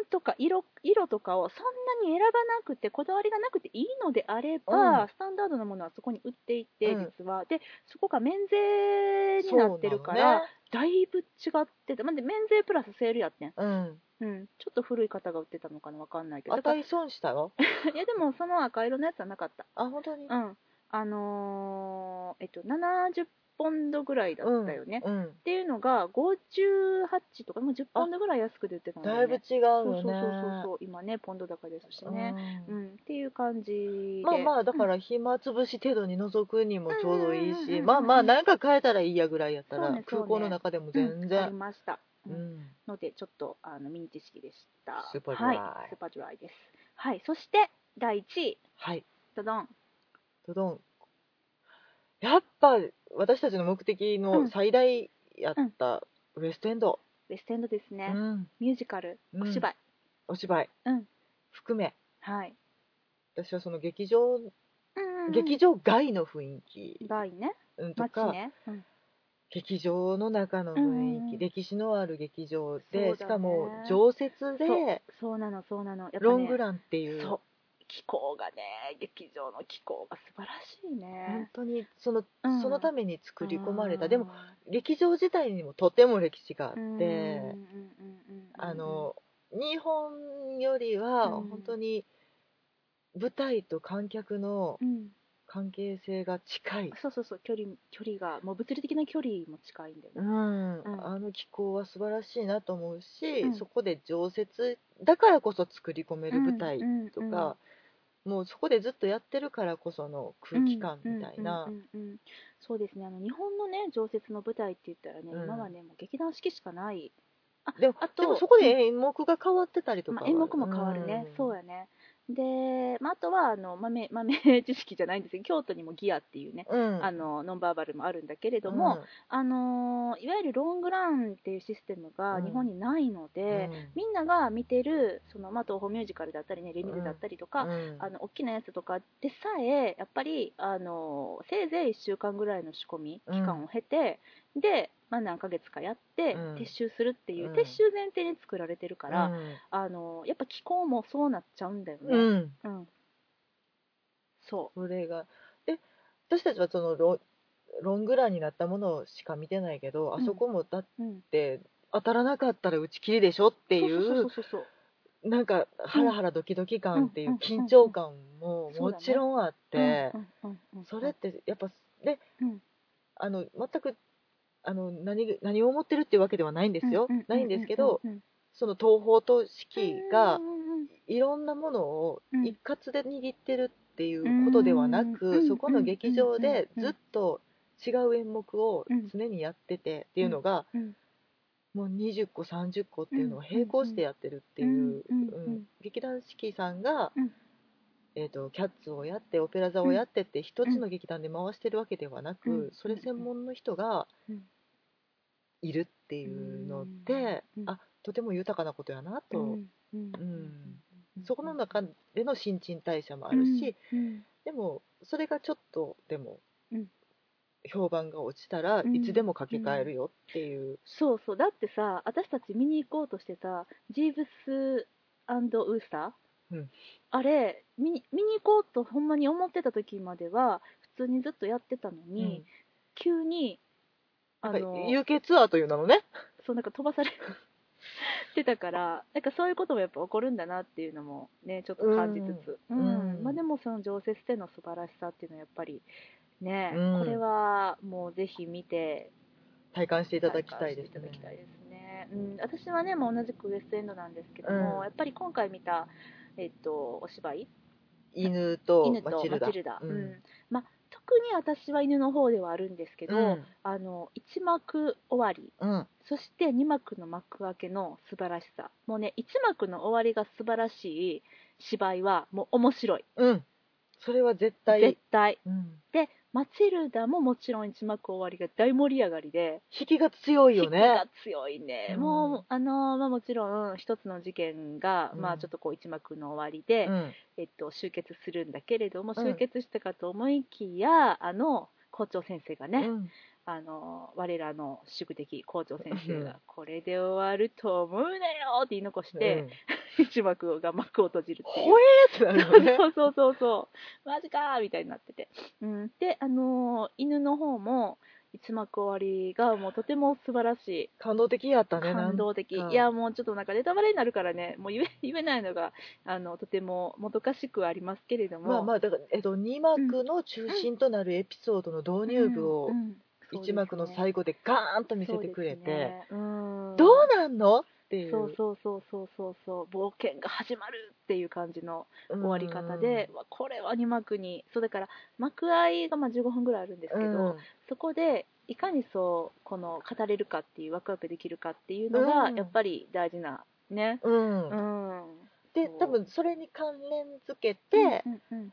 [SPEAKER 1] ムとか色色とかをそんなに選ばなくて、こだわりがなくていいのであれば、
[SPEAKER 2] うん
[SPEAKER 1] スタンダードなものはそこに売っていて、
[SPEAKER 2] うん
[SPEAKER 1] 実は。で、そこが免税になってるから、だいぶ違ってて、まあで免税プラスセールやってん。
[SPEAKER 2] そうなのね
[SPEAKER 1] うん、ちょっと古い方が売ってたのかな、わかんないけ
[SPEAKER 2] うん
[SPEAKER 1] ど。
[SPEAKER 2] あたい損したよ
[SPEAKER 1] いやでもその赤色のやつはなかった。
[SPEAKER 2] あ本当に
[SPEAKER 1] うん。あのーえっと、70ポンドぐらいだったよね。っ
[SPEAKER 2] うん
[SPEAKER 1] ていうのが、58とか、もう10ポンドぐらい安く出てたん
[SPEAKER 2] だい
[SPEAKER 1] よ
[SPEAKER 2] ぶ
[SPEAKER 1] ね。
[SPEAKER 2] 違うよ
[SPEAKER 1] そうそ
[SPEAKER 2] ね
[SPEAKER 1] うそうそう、今ね、ポンド高ですしね。
[SPEAKER 2] うん
[SPEAKER 1] うん、っていう感じで。
[SPEAKER 2] まあまあだから暇つぶし程度に覗くにもちょうどいい
[SPEAKER 1] うんうんうんう
[SPEAKER 2] し
[SPEAKER 1] ん
[SPEAKER 2] まあまあなんか変えたらいいやぐらいやった
[SPEAKER 1] そう
[SPEAKER 2] ら
[SPEAKER 1] ねそう
[SPEAKER 2] 空
[SPEAKER 1] ね
[SPEAKER 2] 港の中でも
[SPEAKER 1] うん
[SPEAKER 2] 全
[SPEAKER 1] あり
[SPEAKER 2] 然
[SPEAKER 1] ました。う
[SPEAKER 2] うんん
[SPEAKER 1] ので、ちょっと、あの、ミニ知識でした。
[SPEAKER 2] スーパードライ
[SPEAKER 1] はい、スーパードライです。はい、そして、第1位、
[SPEAKER 2] はい
[SPEAKER 1] ドドン。
[SPEAKER 2] どどんやっぱ私たちの目的の最大やったウエストエンド
[SPEAKER 1] ウェストエンドです
[SPEAKER 2] う
[SPEAKER 1] ね。
[SPEAKER 2] ん
[SPEAKER 1] ミュージカル、
[SPEAKER 2] うん
[SPEAKER 1] お芝居。
[SPEAKER 2] お芝居
[SPEAKER 1] うん
[SPEAKER 2] 含め
[SPEAKER 1] はい。
[SPEAKER 2] 私はその劇場
[SPEAKER 1] うんうん
[SPEAKER 2] 劇場外の雰囲気
[SPEAKER 1] 大ね
[SPEAKER 2] うんと
[SPEAKER 1] 街
[SPEAKER 2] か
[SPEAKER 1] ね、うん
[SPEAKER 2] 劇場の中の
[SPEAKER 1] うんう
[SPEAKER 2] 雰囲
[SPEAKER 1] ん
[SPEAKER 2] 気歴史のある劇
[SPEAKER 1] そ
[SPEAKER 2] 場
[SPEAKER 1] うだね
[SPEAKER 2] でしかも常設で
[SPEAKER 1] そうなのそうなのやっぱ、ね、
[SPEAKER 2] ロングランっていう
[SPEAKER 1] そう気候がね劇場の気候が素晴らしい
[SPEAKER 2] 本
[SPEAKER 1] ね、
[SPEAKER 2] 当にその,、
[SPEAKER 1] うん
[SPEAKER 2] そのために作り込まれたでも
[SPEAKER 1] あ
[SPEAKER 2] 劇場自体にもとても歴史があっ
[SPEAKER 1] ーうん
[SPEAKER 2] て
[SPEAKER 1] うんうんうんうん
[SPEAKER 2] あの日本よりは
[SPEAKER 1] うん
[SPEAKER 2] 本当に舞台と観客の
[SPEAKER 1] うん
[SPEAKER 2] 関係性が近い
[SPEAKER 1] そうそうそう距離距離がもう物理的な距離も近いんだよ
[SPEAKER 2] う
[SPEAKER 1] ね
[SPEAKER 2] ん、
[SPEAKER 1] ん
[SPEAKER 2] あの気候は素晴らしいなと思うし、
[SPEAKER 1] うん
[SPEAKER 2] そこで常設だからこそ作り込める舞台
[SPEAKER 1] うん
[SPEAKER 2] とか、もうそこでずっとやってるからこその空気感みたいな
[SPEAKER 1] うんうんうんうんうんそうですねあの日本のね常設の舞台って言ったらね、
[SPEAKER 2] うん
[SPEAKER 1] 今はねもう劇団四季しかないあ
[SPEAKER 2] でも
[SPEAKER 1] あと
[SPEAKER 2] でもそこで演目が変わってたりとか
[SPEAKER 1] ま
[SPEAKER 2] は、
[SPEAKER 1] あ、演目も変わるね、
[SPEAKER 2] ん
[SPEAKER 1] そうやねで、まあ、あとはあの豆豆 知識じゃないんですけど京都にもギアっていうね、
[SPEAKER 2] うん
[SPEAKER 1] あのノンバーバルもあるんだけれども、、あのいわゆるロングランっていうシステムが
[SPEAKER 2] うん
[SPEAKER 1] 日本にないので、
[SPEAKER 2] うん
[SPEAKER 1] みんなが見てるその、まあ、東宝ミュージカルだったりねレミゼだったりとか、
[SPEAKER 2] うん
[SPEAKER 1] あの大きなやつとかでさえやっぱりあのせいぜい1週間ぐらいの仕込み
[SPEAKER 2] うん
[SPEAKER 1] 期間を経て、で、まあ、何ヶ月かやって、
[SPEAKER 2] うん
[SPEAKER 1] 撤収するっていう、
[SPEAKER 2] うん
[SPEAKER 1] 撤収前提に作られてるから、
[SPEAKER 2] うん
[SPEAKER 1] あのやっぱ気候もそうなっちゃうんだよね。
[SPEAKER 2] うん
[SPEAKER 1] うんそ
[SPEAKER 2] それがえ私たちはそのロロングランになったものしか見てないけど、
[SPEAKER 1] うん
[SPEAKER 2] あそこもだっ
[SPEAKER 1] う、うん、
[SPEAKER 2] て当たらなかったら打ち切りでしょっていう
[SPEAKER 1] そうそうそうそう
[SPEAKER 2] なんかハラハラドキドキ感っていううん緊張感も
[SPEAKER 1] そう
[SPEAKER 2] も
[SPEAKER 1] だね
[SPEAKER 2] ちろんあっ
[SPEAKER 1] そう
[SPEAKER 2] て、
[SPEAKER 1] うんうんうんうん
[SPEAKER 2] それってやっぱで、
[SPEAKER 1] うん
[SPEAKER 2] あの全くあの何何を思ってるっていうわけではないんですよ、
[SPEAKER 1] ううう
[SPEAKER 2] ないんですけど、
[SPEAKER 1] うんうん
[SPEAKER 2] その東宝と
[SPEAKER 1] う
[SPEAKER 2] 四
[SPEAKER 1] ん
[SPEAKER 2] 季が
[SPEAKER 1] うんうんうん
[SPEAKER 2] いろんなものを
[SPEAKER 1] うん
[SPEAKER 2] 一括で握ってるっていうことではなく、
[SPEAKER 1] うん
[SPEAKER 2] そこの劇場で
[SPEAKER 1] うん
[SPEAKER 2] ずっと違う演目を
[SPEAKER 1] うん
[SPEAKER 2] 常にやっててっていうのが、
[SPEAKER 1] うん
[SPEAKER 2] もう20個30個っていうのを並行してやってるっていう、
[SPEAKER 1] うんうんうん
[SPEAKER 2] うん劇団四季さんが、
[SPEAKER 1] うん
[SPEAKER 2] えー、とキャッツをやってオペラ座をやってって一つの劇団で回してるわけではなく、
[SPEAKER 1] うん
[SPEAKER 2] それ専門の人が
[SPEAKER 1] うん
[SPEAKER 2] いるっていうのって、
[SPEAKER 1] うん
[SPEAKER 2] あとても豊かなことやなと、
[SPEAKER 1] うんうん
[SPEAKER 2] うんそこの中での新陳代謝もあるし、、
[SPEAKER 1] うんうん
[SPEAKER 2] でもそれがちょっとでも
[SPEAKER 1] うん
[SPEAKER 2] 評判が落ちたら
[SPEAKER 1] うん
[SPEAKER 2] いつでも掛け替えるよっていう、
[SPEAKER 1] そうそうだってさ私たち見に行こうとしてたジーブスウースター、
[SPEAKER 2] うん
[SPEAKER 1] あれ見に見に行こうとほんまに思ってた時までは普通にずっとやってたのに、
[SPEAKER 2] うん
[SPEAKER 1] 急にあ
[SPEAKER 2] なんか
[SPEAKER 1] の
[SPEAKER 2] 有形ツアーという名のね、
[SPEAKER 1] そうなんか飛ばされてたからなんかそういうこともやっぱ起こるんだなっていうのもねちょっと感じつつ、
[SPEAKER 2] うん
[SPEAKER 1] うん
[SPEAKER 2] うん
[SPEAKER 1] まあ、でもその常設での素晴らしさっていうのはやっぱりね、
[SPEAKER 2] うん
[SPEAKER 1] これはもうぜひ見て
[SPEAKER 2] 体感してい
[SPEAKER 1] い
[SPEAKER 2] ただきたいです
[SPEAKER 1] いただきたい
[SPEAKER 2] ね。
[SPEAKER 1] ですね。うん、私はね、もう同じくウエストエンドなんですけども、
[SPEAKER 2] うん
[SPEAKER 1] やっぱり今回見た、えっと、お芝居、
[SPEAKER 2] 犬と
[SPEAKER 1] 犬と
[SPEAKER 2] マ
[SPEAKER 1] マ
[SPEAKER 2] チ
[SPEAKER 1] チ
[SPEAKER 2] ル
[SPEAKER 1] ル
[SPEAKER 2] ダ
[SPEAKER 1] ダ。
[SPEAKER 2] う
[SPEAKER 1] うんんまあ、特に私は犬の方ではあるんですけど、
[SPEAKER 2] うん
[SPEAKER 1] あの1幕終わり、
[SPEAKER 2] うん
[SPEAKER 1] そして2幕の幕開けの素晴らしさ、もうね、1幕の終わりが素晴らしい芝居は、もう面白い、
[SPEAKER 2] うんそれは絶対、
[SPEAKER 1] 絶対。
[SPEAKER 2] うん
[SPEAKER 1] で、マチルダももちろん1幕終わりが大盛り上がりで、
[SPEAKER 2] 引きが強いよ
[SPEAKER 1] 引きが
[SPEAKER 2] ね。
[SPEAKER 1] 強いね、
[SPEAKER 2] うん
[SPEAKER 1] もうあのー、まあ、もちろん一つの事件が、
[SPEAKER 2] うん
[SPEAKER 1] まあ、ちょっとこう一幕の終わりで、
[SPEAKER 2] うん
[SPEAKER 1] えっと、終結するんだけれども
[SPEAKER 2] うん
[SPEAKER 1] 終結したかと思いきや、あの校長先生が
[SPEAKER 2] う
[SPEAKER 1] ね、
[SPEAKER 2] ん
[SPEAKER 1] あのー我らの宿敵校長先生
[SPEAKER 2] うん
[SPEAKER 1] が「これで終わると思うなよ!」って言い残し
[SPEAKER 2] う
[SPEAKER 1] て
[SPEAKER 2] ん、
[SPEAKER 1] 一幕が幕を閉じるっていう
[SPEAKER 2] ほえーってなるよね。
[SPEAKER 1] そうそうそうそう、マジかーみたいになってて、うん、で、あのー犬の方も、一幕終わりがもうとても素晴らしい、
[SPEAKER 2] 感動的やったね。なん
[SPEAKER 1] 感動的、
[SPEAKER 2] なんか
[SPEAKER 1] いや、もうちょっとなんかネタバレになるからね、もう言え 言えないのがあのとてももどかしくはありますけれども、
[SPEAKER 2] まあまあだからえっと2幕の中心となるエピソードの導入部を
[SPEAKER 1] うんうんそうですね
[SPEAKER 2] 1幕の最後でガーンと見せてくれ
[SPEAKER 1] そうです
[SPEAKER 2] て
[SPEAKER 1] ねうん
[SPEAKER 2] どうなんのっていう
[SPEAKER 1] そうそうそうそうそうそう冒険が始まるっていう感じの
[SPEAKER 2] うん
[SPEAKER 1] 終わり方で、わこれは2幕にそうだから幕合がまあ15分ぐらいあるんですけど、
[SPEAKER 2] うん
[SPEAKER 1] そこでいかにそうこの語れるかっていうワクワクできるかっていうのが、
[SPEAKER 2] うん
[SPEAKER 1] やっぱり大事なね。
[SPEAKER 2] うん
[SPEAKER 1] うん。
[SPEAKER 2] で
[SPEAKER 1] そう
[SPEAKER 2] 多分それに関連づけて、
[SPEAKER 1] うんうん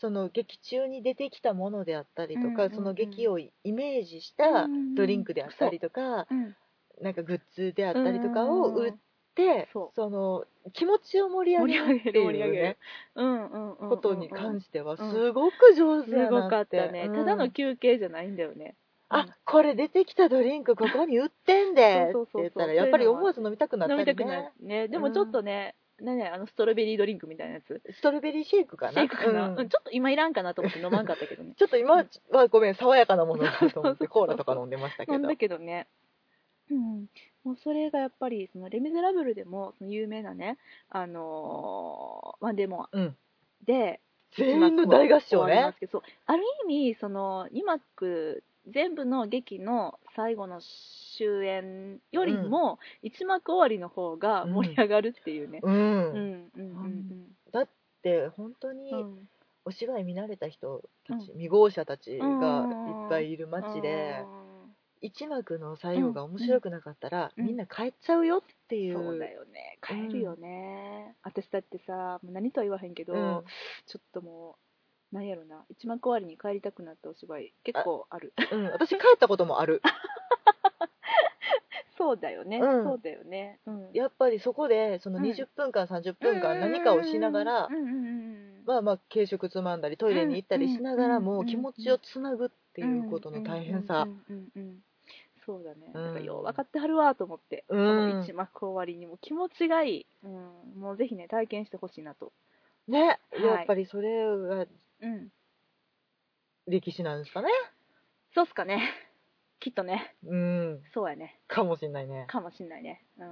[SPEAKER 2] その劇中に出てきたものであったりとか、
[SPEAKER 1] うん
[SPEAKER 2] その劇をイメージし
[SPEAKER 1] うん
[SPEAKER 2] た
[SPEAKER 1] うん
[SPEAKER 2] ドリンクであったりとか、
[SPEAKER 1] うん
[SPEAKER 2] なんかグッズであったりとかを売って、
[SPEAKER 1] そう
[SPEAKER 2] その気持ちを盛り上げるって
[SPEAKER 1] 盛り
[SPEAKER 2] い
[SPEAKER 1] 上
[SPEAKER 2] う
[SPEAKER 1] げ
[SPEAKER 2] ね
[SPEAKER 1] るうんうんうんうんうん
[SPEAKER 2] ことに関しては
[SPEAKER 1] うん
[SPEAKER 2] すごく上手
[SPEAKER 1] す
[SPEAKER 2] や
[SPEAKER 1] ご
[SPEAKER 2] な
[SPEAKER 1] か
[SPEAKER 2] っ、
[SPEAKER 1] ってたね、
[SPEAKER 2] うん
[SPEAKER 1] ただの休憩じゃないんだよね
[SPEAKER 2] あこれ出てきたドリンクここに売ってんで
[SPEAKER 1] そう
[SPEAKER 2] って
[SPEAKER 1] そうそうそう
[SPEAKER 2] 言ったらやっぱり思わず飲みたくなった
[SPEAKER 1] 飲みた
[SPEAKER 2] り
[SPEAKER 1] く
[SPEAKER 2] ね
[SPEAKER 1] なるねでもちょっとね、ねねあのストロベリードリンクみたいなやつ
[SPEAKER 2] ストロベリーシェイクかな
[SPEAKER 1] シェイクかな、
[SPEAKER 2] うん
[SPEAKER 1] うんちょっと今いらんかなと思って飲まんかったけ どね
[SPEAKER 2] ちょっと今はごめん爽やかなものだと思
[SPEAKER 1] そう
[SPEAKER 2] っ
[SPEAKER 1] そうそ
[SPEAKER 2] て
[SPEAKER 1] う
[SPEAKER 2] コーラとか飲んでましたけ
[SPEAKER 1] 飲
[SPEAKER 2] ど
[SPEAKER 1] んだけどねうん、もうそれがやっぱりその「レ・ミゼラブル」でもその有名なね、あのーワンデーモア
[SPEAKER 2] うん
[SPEAKER 1] で
[SPEAKER 2] 全員の大合
[SPEAKER 1] 終
[SPEAKER 2] 唱
[SPEAKER 1] わりま
[SPEAKER 2] ね
[SPEAKER 1] すけどそうある意味その2幕全部の劇の最後の終演よりも1幕終わりの方が盛り上がるっていうね、う
[SPEAKER 2] う
[SPEAKER 1] ん
[SPEAKER 2] ん
[SPEAKER 1] うんうん
[SPEAKER 2] だって本当
[SPEAKER 1] うんう
[SPEAKER 2] に
[SPEAKER 1] ん
[SPEAKER 2] お芝居見慣れた人たち、
[SPEAKER 1] う
[SPEAKER 2] 未豪者たちが
[SPEAKER 1] うん
[SPEAKER 2] いっぱいいる街で、一幕の最後が面白くなかったら、
[SPEAKER 1] うん
[SPEAKER 2] みんな帰っちゃうよっていう。
[SPEAKER 1] そうだよね帰るよね、私だってさもう何とは言わへんけど、
[SPEAKER 2] うん
[SPEAKER 1] ちょっともうなんやろな一幕終わりに帰りたくなったお芝居結構ある
[SPEAKER 2] うん、私帰ったこともある
[SPEAKER 1] そうだよね、
[SPEAKER 2] うん
[SPEAKER 1] そうだよね、うん、
[SPEAKER 2] やっぱりそこでその
[SPEAKER 1] うん
[SPEAKER 2] 20分間30分間何かをしながら
[SPEAKER 1] うんうんうんうん
[SPEAKER 2] まあまあ軽食つまんだりトイレに行ったりしながら
[SPEAKER 1] うん
[SPEAKER 2] も
[SPEAKER 1] うん
[SPEAKER 2] 気持ちをつなぐっていうことの大変さ
[SPEAKER 1] うんうんうんうんそうだね、
[SPEAKER 2] うん
[SPEAKER 1] なんかよう分かってはるわと思って、
[SPEAKER 2] うん
[SPEAKER 1] この一幕終わりにも気持ちがいい、うん、もうぜひね体験してほしいなと、
[SPEAKER 2] ね
[SPEAKER 1] い
[SPEAKER 2] やっぱりそれが
[SPEAKER 1] うん、
[SPEAKER 2] 歴史なんですかね
[SPEAKER 1] そうっすかねきっとね
[SPEAKER 2] うん
[SPEAKER 1] そうやね
[SPEAKER 2] かもしんないね
[SPEAKER 1] かもしんないね、うん、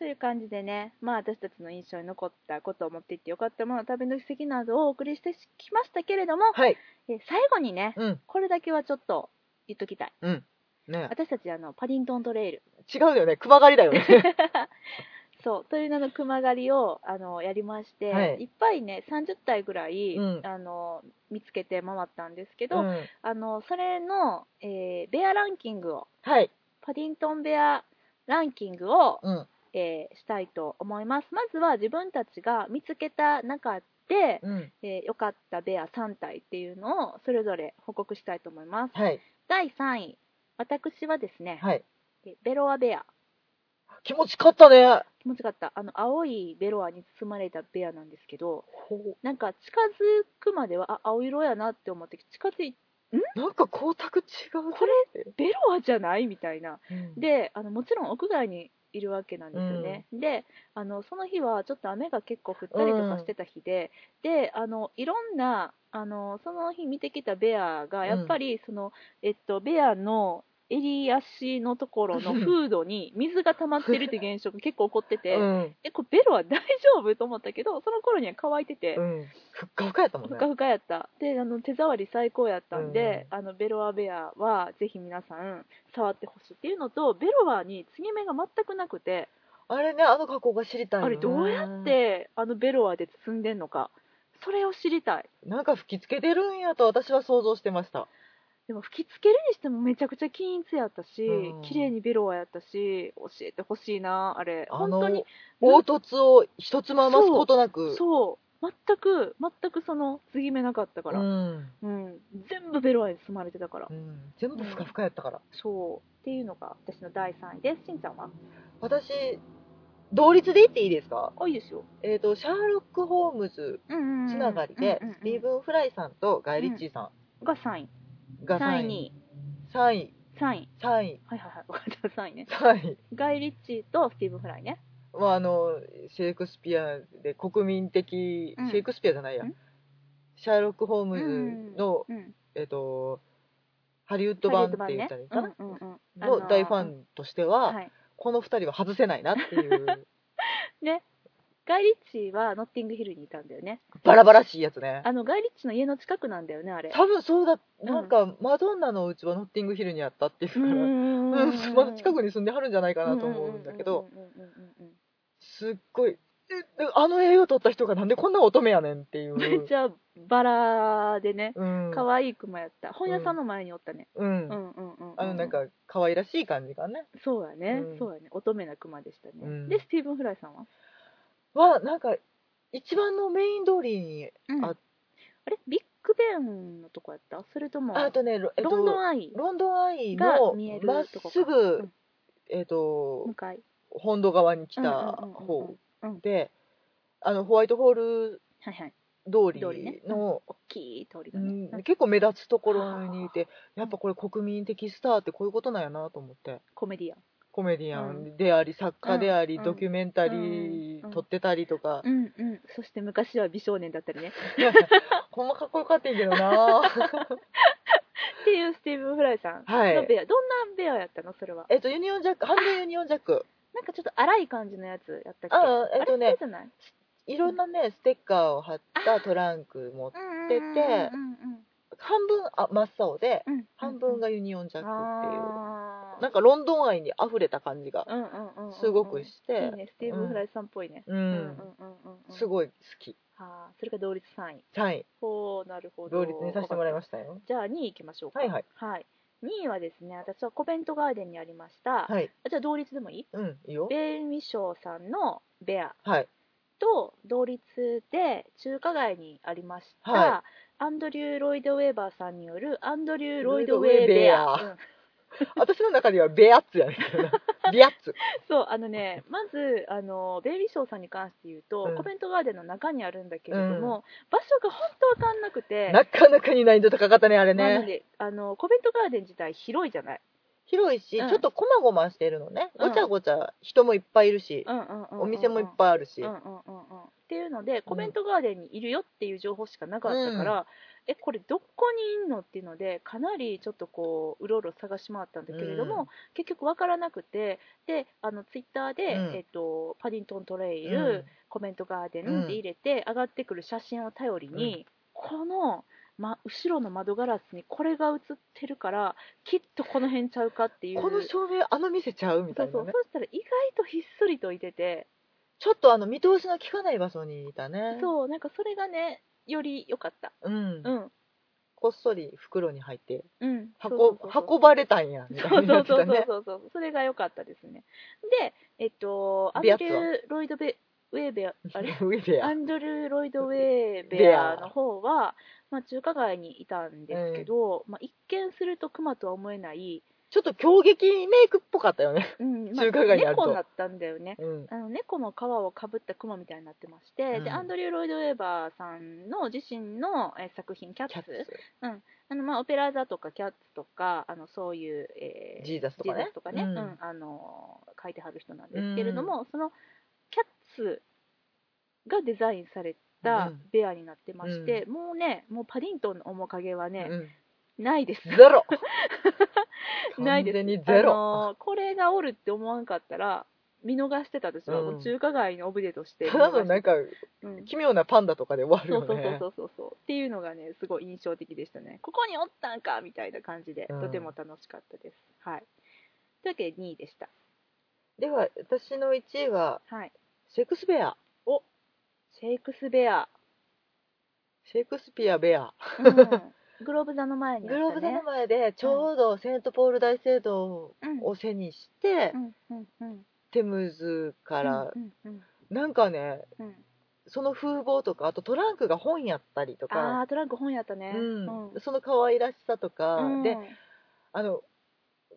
[SPEAKER 1] という感じでねまあ私たちの印象に残ったことを持っていってよかったもの旅の奇跡などをお送りしてきましたけれども、
[SPEAKER 2] はい
[SPEAKER 1] え最後にね
[SPEAKER 2] うん
[SPEAKER 1] これだけはちょっと言っときたい
[SPEAKER 2] ね
[SPEAKER 1] 私たちあのパディントントレイル
[SPEAKER 2] 違うよね熊狩りだよね
[SPEAKER 1] そうという名の熊狩りをあのやりまして、
[SPEAKER 2] はい
[SPEAKER 1] いっぱいね30体ぐらい、
[SPEAKER 2] うん
[SPEAKER 1] あの見つけて回った んですけ
[SPEAKER 2] う
[SPEAKER 1] ど、
[SPEAKER 2] ん
[SPEAKER 1] あのそれの、えーベアランキングを
[SPEAKER 2] はい
[SPEAKER 1] パディントンベアランキングを、
[SPEAKER 2] うん
[SPEAKER 1] えーしたいと思いますまずは自分たちが見つけた中で、
[SPEAKER 2] うん
[SPEAKER 1] えー良かったベア3体っていうのをそれぞれ報告したいと思います
[SPEAKER 2] はい
[SPEAKER 1] 第3位私はですね、
[SPEAKER 2] はい
[SPEAKER 1] えベロアベア
[SPEAKER 2] 気持ちかったね
[SPEAKER 1] 気持ちよかったあの青いベロアに包まれたベアなんですけど
[SPEAKER 2] ほ
[SPEAKER 1] なんか近づくまではあ青色やなって思って近づいう
[SPEAKER 2] なんか光沢違う
[SPEAKER 1] これベロアじゃないみたいな
[SPEAKER 2] うん
[SPEAKER 1] であのもちろん屋外にいるわけなんですよね、であのその日はちょっと雨が結構降ったりとかしてた日で、であのいろんなあのその日見てきたベアがやっぱりその、えっと、ベアの襟足のところのフードに水が溜まってるって現象が結構起こってて、
[SPEAKER 2] うん
[SPEAKER 1] えこれベロは大丈夫と思ったけどその頃には乾いてて、
[SPEAKER 2] うんふっかふかやったもん
[SPEAKER 1] ふ
[SPEAKER 2] ね
[SPEAKER 1] かふかやったであの手触り最高やったんで、あのベロアベアはぜひ皆さん触ってほしいっていうのとベロアに継ぎ目が全くなくて
[SPEAKER 2] あれね、あの加工が知りたいよね
[SPEAKER 1] あれどうやってあのベロアで包んでんのかそれを知りたい
[SPEAKER 2] なんか吹きつけてるんやと私は想像してました。
[SPEAKER 1] でも吹きつけるにしてもめちゃくちゃ均一やったし
[SPEAKER 2] うん
[SPEAKER 1] 綺麗にベロアやったし教えてほしいなあれ
[SPEAKER 2] あ
[SPEAKER 1] 本
[SPEAKER 2] の
[SPEAKER 1] 当に
[SPEAKER 2] 凹凸を一つも余すことなく。
[SPEAKER 1] そう全く全くその継ぎ目なかったから、
[SPEAKER 2] うん
[SPEAKER 1] うん、全部ベロアに包まれてたから、
[SPEAKER 2] うん全部ふかふかやったから。
[SPEAKER 1] そうっていうのが私の第3位ですしんちゃんは
[SPEAKER 2] 私、同率で言っていいですか
[SPEAKER 1] あいいですよ
[SPEAKER 2] えっ、と、シャーロック・ホームズつながりで、スティー
[SPEAKER 1] ン
[SPEAKER 2] ブン・フライさんとガイ・リッチーさ
[SPEAKER 1] が3位
[SPEAKER 2] んが
[SPEAKER 1] 3位
[SPEAKER 2] 3位。
[SPEAKER 1] に
[SPEAKER 2] 3位、
[SPEAKER 1] 3位
[SPEAKER 2] 3位、
[SPEAKER 1] はいはいはい 分かった3位ね
[SPEAKER 2] 3位。
[SPEAKER 1] ガイ・リッチーとスティーブン・フライね
[SPEAKER 2] まあ、あの、シェイクスピアで国民的、
[SPEAKER 1] うん
[SPEAKER 2] シェイクスピアじゃないや
[SPEAKER 1] うん。
[SPEAKER 2] シャーロック・ホームズの、
[SPEAKER 1] うん
[SPEAKER 2] えっ、と、ハリウッド版って言ったらいいかな。
[SPEAKER 1] うんうんうんあの
[SPEAKER 2] の大ファンとしては、
[SPEAKER 1] はい
[SPEAKER 2] この2人は外せないなっていう
[SPEAKER 1] ガイ・リッチーはノッティングヒルにいたんだよね
[SPEAKER 2] バラバラしいやつね
[SPEAKER 1] あのガイ・リッチーの家の近くなんだよねあれ
[SPEAKER 2] 多分そうだ
[SPEAKER 1] ん
[SPEAKER 2] なんか、マドンナのうちはノッティングヒルにあったっていうから、うんまだ近くに住んではるんじゃないか
[SPEAKER 1] か
[SPEAKER 2] なと思うんだけど、
[SPEAKER 1] ど
[SPEAKER 2] すっごいえあの映画撮った人がなんでこんな乙女やねんってい う
[SPEAKER 1] めっちゃバラでね
[SPEAKER 2] うん
[SPEAKER 1] 可愛いクマやった本屋さんの前におったね
[SPEAKER 2] うん
[SPEAKER 1] うんうんうんうん
[SPEAKER 2] あのなんか可愛らしい感じがね
[SPEAKER 1] そうやね、
[SPEAKER 2] うん
[SPEAKER 1] そうやね乙女なクマでしたね、
[SPEAKER 2] うん
[SPEAKER 1] でスティーブン・フライさんは、
[SPEAKER 2] はなんか一番のメイン通りに
[SPEAKER 1] うん
[SPEAKER 2] あ
[SPEAKER 1] あれビッグベンのとこやったそれとも
[SPEAKER 2] あとねロ,、えっと、
[SPEAKER 1] ロンドンアイ
[SPEAKER 2] ロンドンアイ
[SPEAKER 1] が
[SPEAKER 2] の
[SPEAKER 1] 見える
[SPEAKER 2] まっ
[SPEAKER 1] とこか
[SPEAKER 2] すぐ、
[SPEAKER 1] うん
[SPEAKER 2] えっと
[SPEAKER 1] 向かい
[SPEAKER 2] 本土側に来た
[SPEAKER 1] うんうんうんうん
[SPEAKER 2] 方
[SPEAKER 1] うん
[SPEAKER 2] であのホワイトホール
[SPEAKER 1] はいはい
[SPEAKER 2] 通り
[SPEAKER 1] 通りね
[SPEAKER 2] の、
[SPEAKER 1] 大きい通り
[SPEAKER 2] う
[SPEAKER 1] だね、
[SPEAKER 2] ん
[SPEAKER 1] うん
[SPEAKER 2] 結構目立つところにいてやっぱこれ国民的スターってこういうことなんやなと思って
[SPEAKER 1] コメディアン
[SPEAKER 2] コメディア
[SPEAKER 1] う
[SPEAKER 2] ンであり作家であり、
[SPEAKER 1] うん
[SPEAKER 2] ドキュメンタリ
[SPEAKER 1] うん
[SPEAKER 2] ー撮ってたりとか、
[SPEAKER 1] うんうんそして昔は美少年だったりね
[SPEAKER 2] ほんまかっこよかったんやけどな
[SPEAKER 1] っていうスティーブン・フライさんのベア、
[SPEAKER 2] はい
[SPEAKER 1] どんなベアやったのそれは
[SPEAKER 2] えっとユニオンジャックハンドユニオンジャック
[SPEAKER 1] なんかちょっと荒い感じのやつやったっけ
[SPEAKER 2] ああえっとね
[SPEAKER 1] れそうじゃない
[SPEAKER 2] いろんなねステッカーを貼ったトランクも
[SPEAKER 1] 出
[SPEAKER 2] 出て半分あ真っ青で半分がユニオンジャックっていうなんかロンドン愛に溢れた感じがすごくし
[SPEAKER 1] いい
[SPEAKER 2] て
[SPEAKER 1] ねスティーブン・フライさんっぽいね
[SPEAKER 2] う
[SPEAKER 1] うん
[SPEAKER 2] す
[SPEAKER 1] い
[SPEAKER 2] ごい好き
[SPEAKER 1] あーそれが同率3位
[SPEAKER 2] 3位
[SPEAKER 1] ほうなるほど
[SPEAKER 2] 同率にさせてもらいましたよ
[SPEAKER 1] じゃあ2位いきましょうか
[SPEAKER 2] はいはい
[SPEAKER 1] はい2位はですね私はコベントガーデンにありました
[SPEAKER 2] はい
[SPEAKER 1] あじゃあ同率でもいい
[SPEAKER 2] うんいいよ
[SPEAKER 1] ベーミショーさんのベア
[SPEAKER 2] はい
[SPEAKER 1] と同率で中華街にありました、
[SPEAKER 2] は
[SPEAKER 1] アンドリュー・ロイド・ウェーバーさんによるアンドリュー・ロイド・ウェーベア
[SPEAKER 2] ロイドウェーベア
[SPEAKER 1] うん
[SPEAKER 2] 私の中ではベアッツやねんけど なビアッツ
[SPEAKER 1] そうあのねまずあのベイビーショーさんに関して言うと、
[SPEAKER 2] うん
[SPEAKER 1] コメントガーデンの中にあるんだけれども、場所が本当わかんなくて
[SPEAKER 2] なかなかに難易度高かったねあれ
[SPEAKER 1] なの
[SPEAKER 2] ね
[SPEAKER 1] であのコメントガーデン自体広いじゃない、
[SPEAKER 2] 広いしち
[SPEAKER 1] うん
[SPEAKER 2] ょっとこまごましてるのね
[SPEAKER 1] うん
[SPEAKER 2] ごちゃごちゃ人もいっぱいいるし
[SPEAKER 1] うんうんうんうんうん
[SPEAKER 2] お店もいっぱいあるし
[SPEAKER 1] うんうんうんうんっていうのでコメントガーデンにいるよっていう情報しかなかったから、えこれどこにいんのっていうのでかなりちょっとこううろうろ探し回ったんだけれども、
[SPEAKER 2] うん
[SPEAKER 1] 結局わからなくてであのツイッターで、
[SPEAKER 2] うん
[SPEAKER 1] えっと、パディントントレイル、
[SPEAKER 2] うん
[SPEAKER 1] コメントガーデ
[SPEAKER 2] う
[SPEAKER 1] ン
[SPEAKER 2] ん
[SPEAKER 1] って入れて、上がってくる写真を頼りに、この、ま、後ろの窓ガラスにこれが映ってるからきっとこの辺ちゃうかっていう
[SPEAKER 2] この照明あの店ちゃうみ
[SPEAKER 1] そ
[SPEAKER 2] た
[SPEAKER 1] う
[SPEAKER 2] い
[SPEAKER 1] そ
[SPEAKER 2] な
[SPEAKER 1] う
[SPEAKER 2] ね
[SPEAKER 1] そうしたら意外とひっそりといてて。
[SPEAKER 2] ちょっとあの見通しの効かない場所にいたね
[SPEAKER 1] そう、なんかそれがね、より良かった。
[SPEAKER 2] うん
[SPEAKER 1] うん。
[SPEAKER 2] こっそり袋に入って
[SPEAKER 1] うん。
[SPEAKER 2] 運
[SPEAKER 1] そう
[SPEAKER 2] 運ばれたんやみた
[SPEAKER 1] そ
[SPEAKER 2] いうな
[SPEAKER 1] そ
[SPEAKER 2] や
[SPEAKER 1] うそうそう
[SPEAKER 2] つだ
[SPEAKER 1] そう
[SPEAKER 2] ね
[SPEAKER 1] そうそうそう。それが良かったですね。で、えっと、アン
[SPEAKER 2] ベ
[SPEAKER 1] ド
[SPEAKER 2] アツ
[SPEAKER 1] リ
[SPEAKER 2] ア
[SPEAKER 1] ュ
[SPEAKER 2] ー
[SPEAKER 1] ー・ロイドベ・ウェーベア、あれ
[SPEAKER 2] 上でや
[SPEAKER 1] アンドリュー・ロイド・ウェーベアの方は、まあ、中華街にいたんですけど、まあ、一見すると熊とは思えない、
[SPEAKER 2] ちょっと強撃メイクっぽかったよね
[SPEAKER 1] うんまあ、
[SPEAKER 2] 中華街にあると
[SPEAKER 1] 猫だったんだよね。
[SPEAKER 2] うん
[SPEAKER 1] あの猫の皮をかぶった熊みたいになってまして、
[SPEAKER 2] うん
[SPEAKER 1] でアンドリュー・ロイド・ウェーバーさんの自身のえー作品「キャッ
[SPEAKER 2] キャッ
[SPEAKER 1] ツ」
[SPEAKER 2] ツ
[SPEAKER 1] あのまあ、オペラ座とかキャッツとかあのそういう、えー
[SPEAKER 2] ジーザスとかね
[SPEAKER 1] ジーザスとかね、
[SPEAKER 2] う
[SPEAKER 1] うんんあの書いてはる人なんですけれども、そのキャッツがデザインされた
[SPEAKER 2] うん
[SPEAKER 1] ベアになってまして、もうねもうパディントンの面影はね、
[SPEAKER 2] うん
[SPEAKER 1] ないです。
[SPEAKER 2] ゼロ
[SPEAKER 1] ないです
[SPEAKER 2] 完全にゼ
[SPEAKER 1] あ
[SPEAKER 2] ロ
[SPEAKER 1] のーこれがおるって思わんかったら見逃してた私は、
[SPEAKER 2] うん
[SPEAKER 1] もう中華街のオブジェとして見
[SPEAKER 2] ただ
[SPEAKER 1] 逃
[SPEAKER 2] の
[SPEAKER 1] し
[SPEAKER 2] なん
[SPEAKER 1] て
[SPEAKER 2] か
[SPEAKER 1] た、うん
[SPEAKER 2] 奇妙なパンダとかで終わる
[SPEAKER 1] そうそ
[SPEAKER 2] よ
[SPEAKER 1] うそう
[SPEAKER 2] ね
[SPEAKER 1] そうそうそうっていうのがねすごい印象的でしたねここにおったんかみたいな感じで、
[SPEAKER 2] うん
[SPEAKER 1] とても楽しかったですはいというわけで2位でした
[SPEAKER 2] では私の1位は
[SPEAKER 1] はい
[SPEAKER 2] シェイクスペア
[SPEAKER 1] シェイクスベ ア、
[SPEAKER 2] シェイクスピアベア
[SPEAKER 1] うん、グローブ座の前にあった、
[SPEAKER 2] グ
[SPEAKER 1] ね、
[SPEAKER 2] ローブ座の前でちょうどセントポール大聖堂を背にして、
[SPEAKER 1] うんうんうんうん
[SPEAKER 2] テムズから
[SPEAKER 1] う、んうん
[SPEAKER 2] なんかね
[SPEAKER 1] うんうん
[SPEAKER 2] その風貌とかあとトランクが本やったりと
[SPEAKER 1] あ
[SPEAKER 2] か、
[SPEAKER 1] ートランク本やったね
[SPEAKER 2] うんその可愛らしさとか、
[SPEAKER 1] うん
[SPEAKER 2] であの